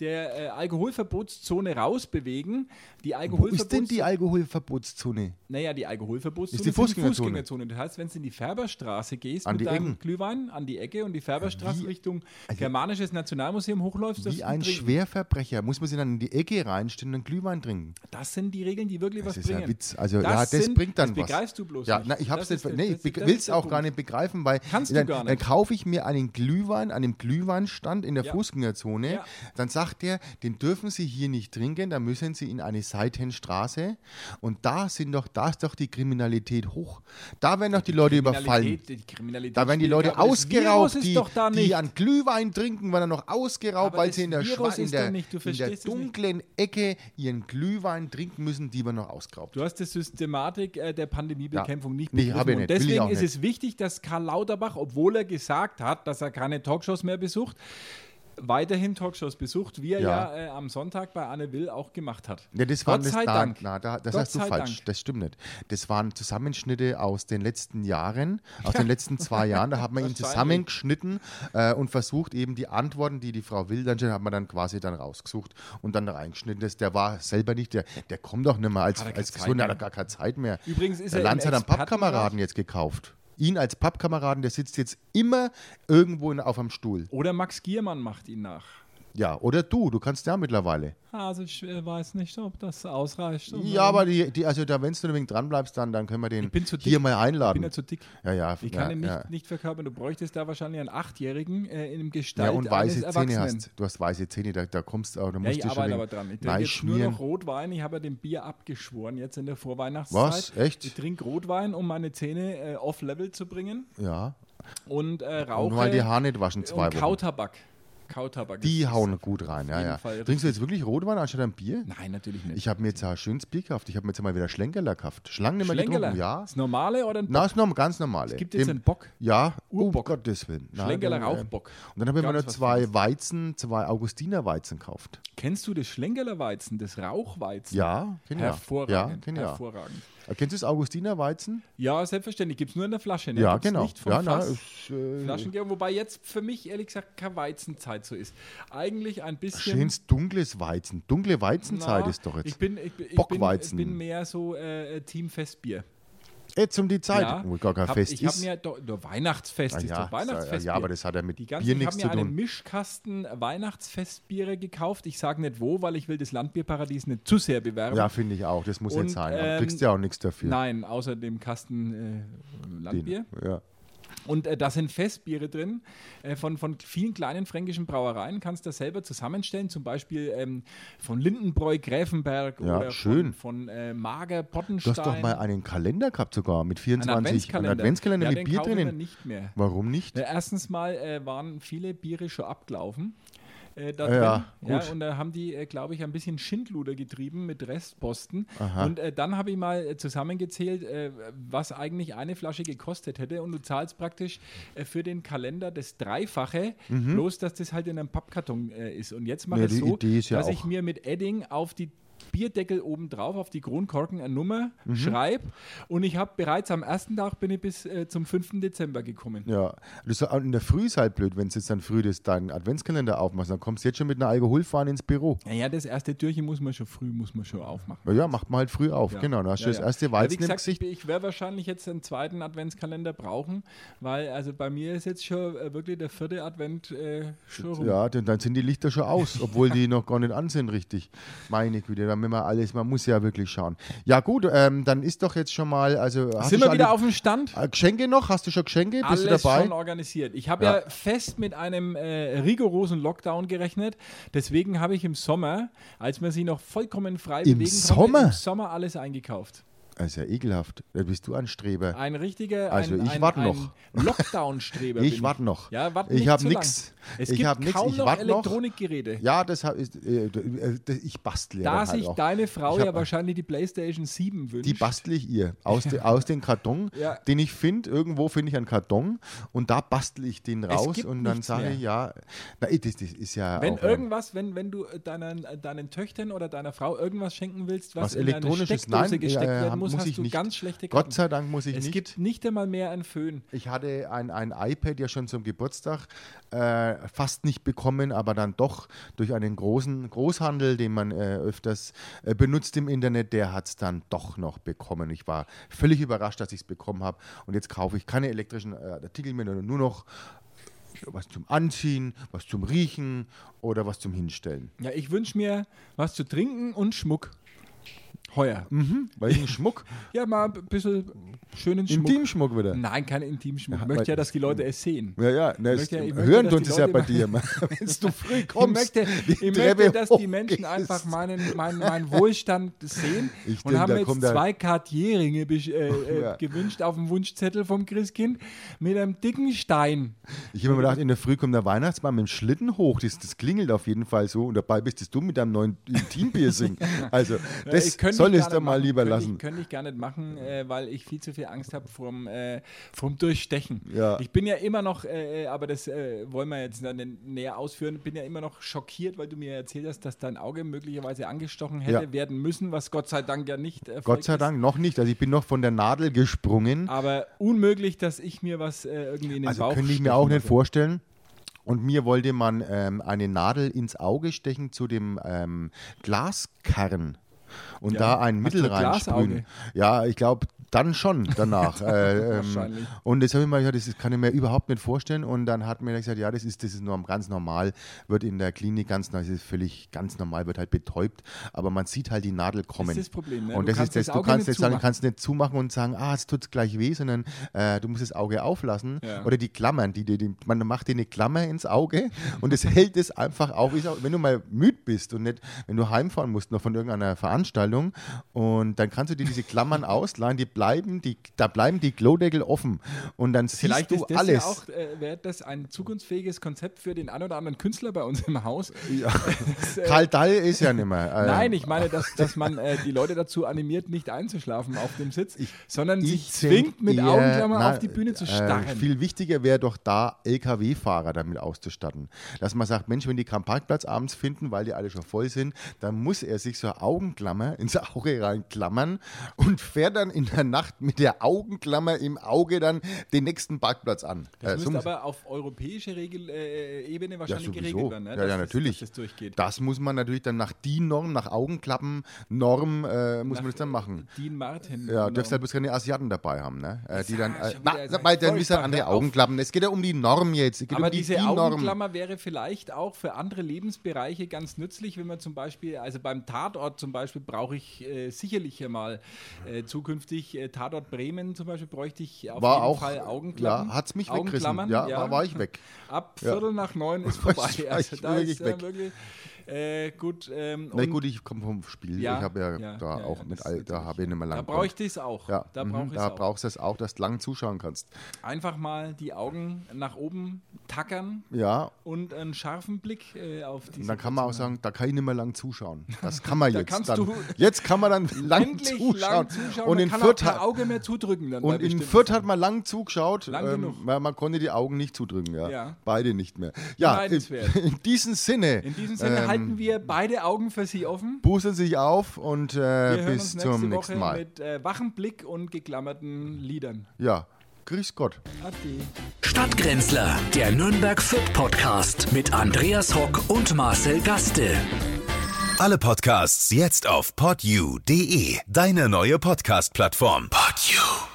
Speaker 3: der äh, Alkoholverbotszone rausbewegen. Die
Speaker 2: Wo ist denn
Speaker 3: Alkoholverbotszone.
Speaker 2: die Alkoholverbotszone?
Speaker 3: Naja, die Alkoholverbotszone
Speaker 2: Ist die
Speaker 3: sind
Speaker 2: Fußgängerzone.
Speaker 3: Fußgängerzone. Das heißt, wenn du in die Färberstraße gehst
Speaker 2: An
Speaker 3: mit
Speaker 2: die
Speaker 3: deinem
Speaker 2: Ecken.
Speaker 3: Glühwein an die Ecke und die Färberstraße
Speaker 2: Wie- Also
Speaker 3: Richtung Germanisches Nationalmuseum hochläufst, darfst
Speaker 2: Wie
Speaker 3: du
Speaker 2: ein
Speaker 3: trinken.
Speaker 2: Schwerverbrecher muss man sich dann in die Ecke reinstellen und einen Glühwein trinken.
Speaker 3: Das sind die Regeln, die wirklich
Speaker 2: Das
Speaker 3: was
Speaker 2: ist
Speaker 3: bringen.
Speaker 2: ja Witz. Also ja, das
Speaker 3: sind-
Speaker 2: bringt dann
Speaker 3: das
Speaker 2: was.
Speaker 3: begreifst du bloß
Speaker 2: ja,
Speaker 3: nicht.
Speaker 2: Na, ich hab's
Speaker 3: Das
Speaker 2: nicht,
Speaker 3: ist der-
Speaker 2: nee, ich
Speaker 3: das ist-
Speaker 2: be-
Speaker 3: das
Speaker 2: will's
Speaker 3: ist der
Speaker 2: auch gar
Speaker 3: Punkt.
Speaker 2: nicht begreifen, weil
Speaker 3: Kannst du
Speaker 2: dann,
Speaker 3: gar nicht.
Speaker 2: dann kaufe ich mir einen Glühwein an dem Glühweinstand in der
Speaker 3: Ja.
Speaker 2: Fußgängerzone.
Speaker 3: Ja.
Speaker 2: Dann sagt der, den dürfen Sie hier nicht trinken, da müssen Sie in eine Seitenstraße. Und da sind doch, da ist doch die Kriminalität hoch. Da werden doch die, Leute überfallen.
Speaker 3: Kriminalität- die Kriminalität
Speaker 2: Da werden die
Speaker 3: spielt
Speaker 2: Leute
Speaker 3: gar- aber das Virus
Speaker 2: ausgeraubt,
Speaker 3: ist
Speaker 2: die,
Speaker 3: doch da
Speaker 2: die
Speaker 3: nicht.
Speaker 2: an Glühwein trinken, werden dann noch ausgeraubt,
Speaker 3: Aber
Speaker 2: weil
Speaker 3: das
Speaker 2: sie in der,
Speaker 3: Virus
Speaker 2: Schwa- in
Speaker 3: ist
Speaker 2: der,
Speaker 3: doch nicht, du
Speaker 2: in der
Speaker 3: verstehst es nicht.
Speaker 2: dunklen Ecke ihren Glühwein trinken müssen, die werden noch ausgeraubt.
Speaker 3: Du hast die Systematik äh, der Pandemiebekämpfung
Speaker 2: Ja.
Speaker 3: nicht
Speaker 2: Nee, hab ich
Speaker 3: Und
Speaker 2: nicht. Will ich
Speaker 3: deswegen
Speaker 2: auch
Speaker 3: ist
Speaker 2: nicht.
Speaker 3: es wichtig, dass Karl Lauterbach, obwohl er gesagt hat, dass er keine Talkshows mehr besucht, weiterhin Talkshows besucht, wie er
Speaker 2: Ja.
Speaker 3: ja, äh, am Sonntag bei Anne Will auch gemacht hat.
Speaker 2: Ja, das waren
Speaker 3: Gott
Speaker 2: das
Speaker 3: sei
Speaker 2: da,
Speaker 3: Dank.
Speaker 2: Na, da, das
Speaker 3: Gott
Speaker 2: hast du
Speaker 3: sei
Speaker 2: falsch.
Speaker 3: Dank.
Speaker 2: Das stimmt nicht. Das waren Zusammenschnitte aus den letzten Jahren, aus den letzten zwei Jahren. Da hat man ihn
Speaker 3: Wahrscheinlich.
Speaker 2: zusammengeschnitten äh, und versucht eben die Antworten, die die Frau will, dann schon hat man dann quasi dann rausgesucht und dann reingeschnitten. Das, der war selber nicht, der, der kommt doch nicht mehr als,
Speaker 3: Hat er keine
Speaker 2: als
Speaker 3: Zeit
Speaker 2: Gesund, hat er
Speaker 3: mehr.
Speaker 2: gar keine Zeit mehr.
Speaker 3: Übrigens ist
Speaker 2: der
Speaker 3: er im
Speaker 2: Lanz hat einen
Speaker 3: Expertenbereich-
Speaker 2: Pappkameraden jetzt gekauft. Ihn als Pappkameraden, der sitzt jetzt immer irgendwo in, auf einem Stuhl.
Speaker 3: Oder Max Giermann macht ihn nach.
Speaker 2: Ja, oder du, du kannst ja mittlerweile.
Speaker 3: Also ich äh, weiß nicht, ob das ausreicht. um,
Speaker 2: Ja,
Speaker 3: ähm,
Speaker 2: aber die, die also da, wenn du ein wenig dran bleibst, dann, dann können wir den
Speaker 3: Ich bin zu dick.
Speaker 2: hier mal
Speaker 3: ich bin
Speaker 2: einladen.
Speaker 3: ja zu dick.
Speaker 2: ja, ja,
Speaker 3: Ich
Speaker 2: ja,
Speaker 3: kann ihn nicht,
Speaker 2: ja.
Speaker 3: nicht verkörpern. Du bräuchtest da wahrscheinlich einen Achtjährigen äh, in dem Gestalt
Speaker 2: ja, und weiße
Speaker 3: eines
Speaker 2: Zähne
Speaker 3: Erwachsenen.
Speaker 2: hast. Du hast weiße Zähne, da, da kommst du, da
Speaker 3: Ja,
Speaker 2: musst
Speaker 3: ich
Speaker 2: du schon
Speaker 3: arbeite
Speaker 2: wegen
Speaker 3: aber dran. Ich trinke jetzt nur
Speaker 2: schmieren.
Speaker 3: noch Rotwein. Ich habe ja dem Bier abgeschworen jetzt in der Vorweihnachtszeit.
Speaker 2: Was? Echt?
Speaker 3: Ich trinke Rotwein, um meine Zähne äh, off-level zu bringen
Speaker 2: Ja.
Speaker 3: und äh, rauche
Speaker 2: Nur weil die Haare nicht waschen zwei
Speaker 3: und
Speaker 2: Wochen.
Speaker 3: Kautabak. Kautabak.
Speaker 2: Die
Speaker 3: ist-
Speaker 2: hauen gut rein, ja,
Speaker 3: jeden
Speaker 2: ja.
Speaker 3: Fall
Speaker 2: Trinkst du jetzt wirklich Rotwein anstatt ein Bier?
Speaker 3: Nein, natürlich nicht.
Speaker 2: Ich habe mir jetzt ein schönes Bier gekauft. Ich habe mir jetzt mal wieder Schlenkerler gekauft. Schlangen nicht mehr getrunken, ja.
Speaker 3: Das normale oder ein
Speaker 2: Na, ist noch ein ganz normale.
Speaker 3: Es gibt jetzt
Speaker 2: Im-
Speaker 3: einen Bock.
Speaker 2: Ja,
Speaker 3: Urbock.
Speaker 2: um Gottes Willen. Nein,
Speaker 3: Schlenkerler
Speaker 2: dann, äh,
Speaker 3: Rauchbock.
Speaker 2: Und dann habe ich mir
Speaker 3: Ganz
Speaker 2: noch
Speaker 3: was
Speaker 2: zwei
Speaker 3: Feines.
Speaker 2: Weizen, zwei Augustiner-Weizen gekauft.
Speaker 3: Kennst du das Schlenkerlerweizen, das Rauchweizen?
Speaker 2: Ja, kenn ich ja. Ja,
Speaker 3: Hervorragend.
Speaker 2: kenn ich ja.
Speaker 3: hervorragend.
Speaker 2: Kennst du das Augustinerweizen?
Speaker 3: Ja, selbstverständlich. Gibt es nur in der Flasche. Ne?
Speaker 2: Ja,
Speaker 3: Gibt's
Speaker 2: genau.
Speaker 3: Nicht vom
Speaker 2: Ja, na,
Speaker 3: Fass.
Speaker 2: ist, äh,
Speaker 3: Flaschengärung, wobei jetzt für mich ehrlich gesagt keine Weizenzeit so ist. Eigentlich ein bisschen.
Speaker 2: Schönes dunkles Weizen. Dunkle Weizenzeit
Speaker 3: na,
Speaker 2: ist doch jetzt.
Speaker 3: Ich bin, ich, bin- ich
Speaker 2: Bockweizen.
Speaker 3: Bin, ich bin mehr so äh, Team Festbier.
Speaker 2: jetzt um die Zeit, wo gar kein
Speaker 3: hab,
Speaker 2: Fest
Speaker 3: ich habe
Speaker 2: ist.
Speaker 3: mir doch, nur Weihnachtsfest
Speaker 2: Ah
Speaker 3: ist
Speaker 2: ja,
Speaker 3: doch Weihnachtsfestbier.
Speaker 2: ja, aber das hat ja mit
Speaker 3: Die ganzen,
Speaker 2: Bier
Speaker 3: ich habe
Speaker 2: nichts
Speaker 3: mir
Speaker 2: zu
Speaker 3: einen
Speaker 2: tun.
Speaker 3: Mischkasten Weihnachtsfestbiere gekauft. Ich sage nicht wo, weil ich will das Landbierparadies nicht zu sehr bewerben.
Speaker 2: Ja, finde ich auch. Das muss
Speaker 3: Und,
Speaker 2: jetzt sein. Du
Speaker 3: ähm,
Speaker 2: kriegst ja auch nichts dafür.
Speaker 3: Nein, außer dem Kasten äh,
Speaker 2: Den-
Speaker 3: Landbier.
Speaker 2: Ja.
Speaker 3: Und äh, da sind Festbiere drin äh, von, von vielen kleinen fränkischen Brauereien. Kannst du das selber zusammenstellen, zum Beispiel ähm, von Lindenbräu, Gräfenberg
Speaker 2: Ja,
Speaker 3: oder
Speaker 2: schön.
Speaker 3: von, von äh, Mager,
Speaker 2: Du
Speaker 3: Pottenstein.
Speaker 2: hast doch mal einen Kalender gehabt sogar mit 24.
Speaker 3: Einen
Speaker 2: Einen Adventskalender
Speaker 3: ja,
Speaker 2: mit
Speaker 3: den
Speaker 2: Bier
Speaker 3: kaufen wir
Speaker 2: drinnen.
Speaker 3: nicht mehr.
Speaker 2: Warum nicht?
Speaker 3: Na, erstens mal äh, waren viele Biere schon abgelaufen. äh, da
Speaker 2: Ja,
Speaker 3: drin. Ja,
Speaker 2: gut.
Speaker 3: und da haben die, äh, glaube ich, ein bisschen Schindluder getrieben mit Restposten. Und äh, dann habe ich mal äh, zusammengezählt, äh, was eigentlich eine Flasche gekostet hätte. Und du zahlst praktisch äh, für den Kalender das Dreifache, bloß dass das halt in einem Pappkarton äh, ist. Und jetzt mache
Speaker 2: Mhm. Ja,
Speaker 3: ich es
Speaker 2: die
Speaker 3: so,
Speaker 2: Idee ist ja
Speaker 3: dass ich
Speaker 2: auch-
Speaker 3: mir mit Edding auf die Bierdeckel oben drauf auf die Kronkorken eine Nummer
Speaker 2: Mhm.
Speaker 3: schreib und ich habe bereits am ersten Tag bin ich bis äh, zum 5. Dezember gekommen.
Speaker 2: Ja, das ist, in der Früh ist halt blöd, wenn du jetzt dann früh das, deinen Adventskalender aufmachst, dann kommst du jetzt schon mit einer Alkoholfahne ins Büro.
Speaker 3: Naja, das erste Türchen muss man schon früh, muss man schon aufmachen.
Speaker 2: Na Ja, macht man halt früh auf, genau. Dann hast du
Speaker 3: Ja,
Speaker 2: das
Speaker 3: ja.
Speaker 2: erste
Speaker 3: Ja, Wie
Speaker 2: Weizen im
Speaker 3: gesagt, ich,
Speaker 2: Gesicht.
Speaker 3: ich werde wahrscheinlich jetzt einen zweiten Adventskalender brauchen, weil also bei mir ist jetzt schon äh, wirklich der vierte Advent äh, schon rum.
Speaker 2: Ja, denn dann sind die Lichter schon aus, obwohl die noch gar nicht an sind, richtig. Meine Güte, dann wir alles, man muss ja wirklich schauen. Ja gut, ähm, dann ist doch jetzt schon mal, also hast
Speaker 3: Sind
Speaker 2: du
Speaker 3: wir
Speaker 2: schon
Speaker 3: wieder
Speaker 2: alle-
Speaker 3: auf dem Stand?
Speaker 2: Äh, Geschenke noch? Hast du schon Geschenke? Bist
Speaker 3: Alles
Speaker 2: du dabei?
Speaker 3: schon organisiert. Ich habe
Speaker 2: Ja.
Speaker 3: ja. fest mit einem äh, rigorosen Lockdown gerechnet. Deswegen habe ich im Sommer, als man sich noch vollkommen frei
Speaker 2: Im
Speaker 3: bewegen
Speaker 2: Sommer?
Speaker 3: konnte, im Sommer alles eingekauft.
Speaker 2: Das ist ja ekelhaft. Da bist du ein Streber.
Speaker 3: Ein richtiger
Speaker 2: Also
Speaker 3: ein,
Speaker 2: ich
Speaker 3: ein,
Speaker 2: warte
Speaker 3: ein
Speaker 2: noch.
Speaker 3: Lockdown-Streber.
Speaker 2: Ich
Speaker 3: bin
Speaker 2: warte noch.
Speaker 3: Ja, warte
Speaker 2: Ich
Speaker 3: nicht
Speaker 2: hab
Speaker 3: zu lang.
Speaker 2: nix.
Speaker 3: Es
Speaker 2: Ich
Speaker 3: gibt
Speaker 2: hab nix.
Speaker 3: kaum
Speaker 2: Ich
Speaker 3: noch
Speaker 2: warte noch.
Speaker 3: Elektronikgeräte.
Speaker 2: Ja, das hab- ist, äh, äh, ich bastle ja
Speaker 3: Da
Speaker 2: dann halt
Speaker 3: sich
Speaker 2: auch.
Speaker 3: deine Frau
Speaker 2: Ich hab-
Speaker 3: ja wahrscheinlich die PlayStation 7 wünscht.
Speaker 2: Die bastle ich ihr aus, de, aus dem Karton,
Speaker 3: Ja.
Speaker 2: den ich finde. Irgendwo finde ich einen Karton und da bastle ich den raus
Speaker 3: gibt
Speaker 2: und dann
Speaker 3: nichts
Speaker 2: sage ich, ja, na, eh, das, das ist ja
Speaker 3: wenn
Speaker 2: auch, ähm,
Speaker 3: irgendwas, wenn, wenn du äh, deinen, deinen Töchtern oder deiner Frau irgendwas schenken willst, was,
Speaker 2: was
Speaker 3: in eine
Speaker 2: elektronisches.
Speaker 3: Steckdose
Speaker 2: Nein,
Speaker 3: gesteckt
Speaker 2: äh,
Speaker 3: werden muss,
Speaker 2: muss
Speaker 3: hast
Speaker 2: ich
Speaker 3: du
Speaker 2: nicht.
Speaker 3: ganz schlechte Karten.
Speaker 2: Gott sei Dank muss ich
Speaker 3: es
Speaker 2: nicht.
Speaker 3: gibt nicht einmal mehr einen Föhn.
Speaker 2: Ich hatte ein, ein iPad ja schon zum Geburtstag äh, fast nicht bekommen, aber dann doch durch einen großen Großhandel, den man äh, öfters äh, benutzt im Internet, der hat es dann doch noch bekommen. Ich war völlig überrascht, dass ich es bekommen habe. Und jetzt kaufe ich keine elektrischen äh, Artikel mehr, sondern nur noch was zum Anziehen, was zum Riechen oder was zum Hinstellen.
Speaker 3: Ja, ich wünsche mir was zu trinken und Schmuck. Heuer.
Speaker 2: Mhm. Welchen Schmuck?
Speaker 3: Ja, mal ein bisschen schönen Schmuck.
Speaker 2: Intimschmuck wieder.
Speaker 3: Nein, kein Intimschmuck. Ich
Speaker 2: Ja,
Speaker 3: möchte
Speaker 2: weil-
Speaker 3: ja, dass die Leute es sehen.
Speaker 2: Ja, ja, ne,
Speaker 3: möchte ja-
Speaker 2: es-
Speaker 3: ich möchte,
Speaker 2: hören
Speaker 3: dass
Speaker 2: tun
Speaker 3: die
Speaker 2: sie es ja
Speaker 3: Leute
Speaker 2: bei
Speaker 3: immer-
Speaker 2: dir, wenn du früh
Speaker 3: Ich
Speaker 2: kommst.
Speaker 3: möchte,
Speaker 2: die
Speaker 3: ich
Speaker 2: Treppe
Speaker 3: möchte, dass die Menschen
Speaker 2: hochgehst.
Speaker 3: einfach meinen, meinen, meinen Wohlstand sehen
Speaker 2: Ich
Speaker 3: und
Speaker 2: denk,
Speaker 3: haben
Speaker 2: da
Speaker 3: jetzt
Speaker 2: kommt der-
Speaker 3: zwei Cartier-Ringe besch- äh, äh,
Speaker 2: Ja.
Speaker 3: gewünscht auf dem Wunschzettel vom Christkind mit einem dicken Stein.
Speaker 2: Ich habe mir gedacht, in der Früh kommt der Weihnachtsmann mit dem Schlitten hoch. Das, das klingelt auf jeden Fall so. Und dabei bist es du mit deinem neuen Intimpiercing. Also,
Speaker 3: Ja,
Speaker 2: das
Speaker 3: ich Äh, könnte
Speaker 2: soll
Speaker 3: ich
Speaker 2: es
Speaker 3: gar
Speaker 2: dann
Speaker 3: nicht
Speaker 2: mal
Speaker 3: machen.
Speaker 2: lieber
Speaker 3: könnte
Speaker 2: lassen.
Speaker 3: Ich, könnte ich gar nicht machen, äh, weil ich viel zu viel Angst habe vom, äh, vom Durchstechen.
Speaker 2: Ja.
Speaker 3: Ich bin ja immer noch, äh, aber das äh, wollen wir jetzt dann nicht näher ausführen, bin ja immer noch schockiert, weil du mir erzählt hast, dass dein Auge möglicherweise angestochen hätte
Speaker 2: Ja.
Speaker 3: werden müssen, was Gott sei Dank ja nicht erfolgt
Speaker 2: Gott sei
Speaker 3: ist.
Speaker 2: Dank noch nicht. Also, ich bin noch von der Nadel gesprungen.
Speaker 3: Aber unmöglich, dass ich mir was äh, irgendwie in den
Speaker 2: Also,
Speaker 3: Bauch
Speaker 2: könnte ich
Speaker 3: stechen
Speaker 2: mir auch nicht
Speaker 3: lasse.
Speaker 2: vorstellen. Und mir wollte man ähm, eine Nadel ins Auge stechen zu dem ähm, Glaskarren. Und
Speaker 3: Ja.
Speaker 2: da ein
Speaker 3: Hast
Speaker 2: Mittel
Speaker 3: du ein
Speaker 2: reinsprühen.
Speaker 3: Glasauge?
Speaker 2: Ja, ich glaube, dann schon danach. äh, ähm,
Speaker 3: Wahrscheinlich.
Speaker 2: und das habe ich mir gedacht, das kann ich mir überhaupt nicht vorstellen. Und dann hat mir gesagt, ja, das ist, das ist norm- ganz normal, wird in der Klinik ganz normal, das ist völlig ganz normal, wird halt betäubt. Aber man sieht halt die Nadel kommen.
Speaker 3: Das ist das Problem, ne?
Speaker 2: Und
Speaker 3: Du
Speaker 2: das
Speaker 3: kannst
Speaker 2: ist das,
Speaker 3: das
Speaker 2: du
Speaker 3: Auge
Speaker 2: kannst
Speaker 3: nicht
Speaker 2: nicht sagen,
Speaker 3: zumachen.
Speaker 2: kannst nicht zumachen und sagen, ah, es tut gleich weh, sondern äh, du musst das Auge auflassen.
Speaker 3: Ja.
Speaker 2: Oder die Klammern, die, dir- die, man macht dir eine Klammer ins Auge und es hält es einfach auf. Ist auch, wenn du mal müde bist und nicht, wenn du heimfahren musst noch von irgendeiner Veranstaltung und dann kannst du dir diese Klammern ausleihen, die bleiben, die, da bleiben die Klodeckel offen und dann
Speaker 3: Vielleicht
Speaker 2: siehst
Speaker 3: ist
Speaker 2: du
Speaker 3: das
Speaker 2: alles.
Speaker 3: ja auch, äh, wäre das ein zukunftsfähiges Konzept für den ein oder anderen Künstler bei uns im Haus. Das, äh,
Speaker 2: Karl Dall ist ja nicht mehr. äh,
Speaker 3: Nein, ich meine, dass, dass man äh, die Leute dazu animiert, nicht einzuschlafen auf dem Sitz, sondern sich
Speaker 2: denk
Speaker 3: zwingt, mit
Speaker 2: eher-
Speaker 3: Augenklammern
Speaker 2: na,
Speaker 3: auf die Bühne zu
Speaker 2: äh,
Speaker 3: starren.
Speaker 2: viel wichtiger wäre doch da, Lkw-Fahrer damit auszustatten. Dass man sagt, Mensch, wenn die keinen Parkplatz abends finden, weil die alle schon voll sind, dann muss er sich so eine Augenklammer ins Auge reinklammern und fährt dann in der Nacht mit der Augenklammer im Auge dann den nächsten Parkplatz an. Äh,
Speaker 3: das
Speaker 2: so
Speaker 3: müsste
Speaker 2: muss-
Speaker 3: aber auf europäischer Regel, äh, Ebene
Speaker 2: ja,
Speaker 3: wahrscheinlich
Speaker 2: sowieso.
Speaker 3: geregelt werden, ne?
Speaker 2: ja,
Speaker 3: dass
Speaker 2: ja,
Speaker 3: das-
Speaker 2: natürlich.
Speaker 3: Dass das durchgeht.
Speaker 2: Das muss man natürlich dann nach DIN Norm, nach Augenklappen-Norm, äh, muss man das dann machen.
Speaker 3: Dean Martin.
Speaker 2: Ja,
Speaker 3: genau.
Speaker 2: du darfst halt bloß keine Asiaten dabei haben, ne? Äh, die dann,
Speaker 3: Ah,
Speaker 2: äh,
Speaker 3: schon
Speaker 2: na,
Speaker 3: wieder,
Speaker 2: na,
Speaker 3: sag
Speaker 2: weil
Speaker 3: ich,
Speaker 2: dann müssen
Speaker 3: furchtbar,
Speaker 2: andere
Speaker 3: hör auf.
Speaker 2: Augenklappen. Es geht ja um die Norm jetzt. Es geht
Speaker 3: Aber
Speaker 2: um die
Speaker 3: diese
Speaker 2: DIN-Norm.
Speaker 3: Augenklammer wäre vielleicht auch für andere Lebensbereiche ganz nützlich, wenn man zum Beispiel, also beim Tatort zum Beispiel, brauche ich äh, sicherlich ja mal äh, zukünftig äh, Tatort Bremen zum Beispiel, bräuchte ich auf
Speaker 2: War
Speaker 3: jeden
Speaker 2: auch, äh,
Speaker 3: Fall Augenklappen.
Speaker 2: ja, hat's mich
Speaker 3: Augenklammern,
Speaker 2: weggerissen. Ja, war- war ich weg.
Speaker 3: Ab
Speaker 2: Ja.
Speaker 3: Viertel nach neun ist vorbei.
Speaker 2: war
Speaker 3: also
Speaker 2: ich
Speaker 3: da
Speaker 2: wirklich
Speaker 3: ist äh,
Speaker 2: weg.
Speaker 3: wirklich Äh, gut, ähm,
Speaker 2: Na
Speaker 3: und
Speaker 2: gut, ich komme vom Spiel.
Speaker 3: Ja,
Speaker 2: ich habe ja,
Speaker 3: ja,
Speaker 2: da
Speaker 3: ja,
Speaker 2: auch
Speaker 3: ja,
Speaker 2: mit
Speaker 3: das ist
Speaker 2: all, da
Speaker 3: natürlich-
Speaker 2: habe ich nicht mehr lange.
Speaker 3: da brauche ich das auch.
Speaker 2: ja,
Speaker 3: Da
Speaker 2: mhm,
Speaker 3: brauche ich es
Speaker 2: da
Speaker 3: auch.
Speaker 2: brauchst du es auch, dass du lang zuschauen kannst.
Speaker 3: Einfach mal die Augen nach oben tackern
Speaker 2: Ja,
Speaker 3: und einen scharfen Blick äh, auf die
Speaker 2: und dann kann man auch sagen, da kann ich nicht mehr lang zuschauen. Das kann man
Speaker 3: Da
Speaker 2: jetzt.
Speaker 3: kannst
Speaker 2: dann,
Speaker 3: du
Speaker 2: jetzt kann man dann lang
Speaker 3: endlich
Speaker 2: zuschauen.
Speaker 3: lang zuschauen.
Speaker 2: und
Speaker 3: man
Speaker 2: in
Speaker 3: kann
Speaker 2: Fürth,
Speaker 3: auch kein
Speaker 2: hat-
Speaker 3: Auge mehr zudrücken. Dann bei
Speaker 2: und in
Speaker 3: bestimmten
Speaker 2: Fürth hat man lang zugeschaut,
Speaker 3: Lang
Speaker 2: ähm,
Speaker 3: genug.
Speaker 2: weil man konnte die Augen nicht zudrücken. Ja.
Speaker 3: Ja.
Speaker 2: Beide nicht mehr. Ja, in,
Speaker 3: Beneidenswert.
Speaker 2: in diesem Sinne.
Speaker 3: In diesem Sinne halt-
Speaker 2: ähm,
Speaker 3: halten wir beide Augen für Sie offen.
Speaker 2: Bußen sich auf und äh,
Speaker 3: Wir hören uns
Speaker 2: bis
Speaker 3: nächste
Speaker 2: zum
Speaker 3: Woche
Speaker 2: nächsten Mal.
Speaker 3: mit äh, wachem Blick und geklammerten Liedern.
Speaker 2: Ja, grüß Gott.
Speaker 3: Ade.
Speaker 1: Stadtgrenzler, der Nürnberg Fürth Podcast mit Andreas Hock und Marcel Gaste.
Speaker 4: Alle Podcasts jetzt auf podyou.de, deine neue Podcast-Plattform. Podyou.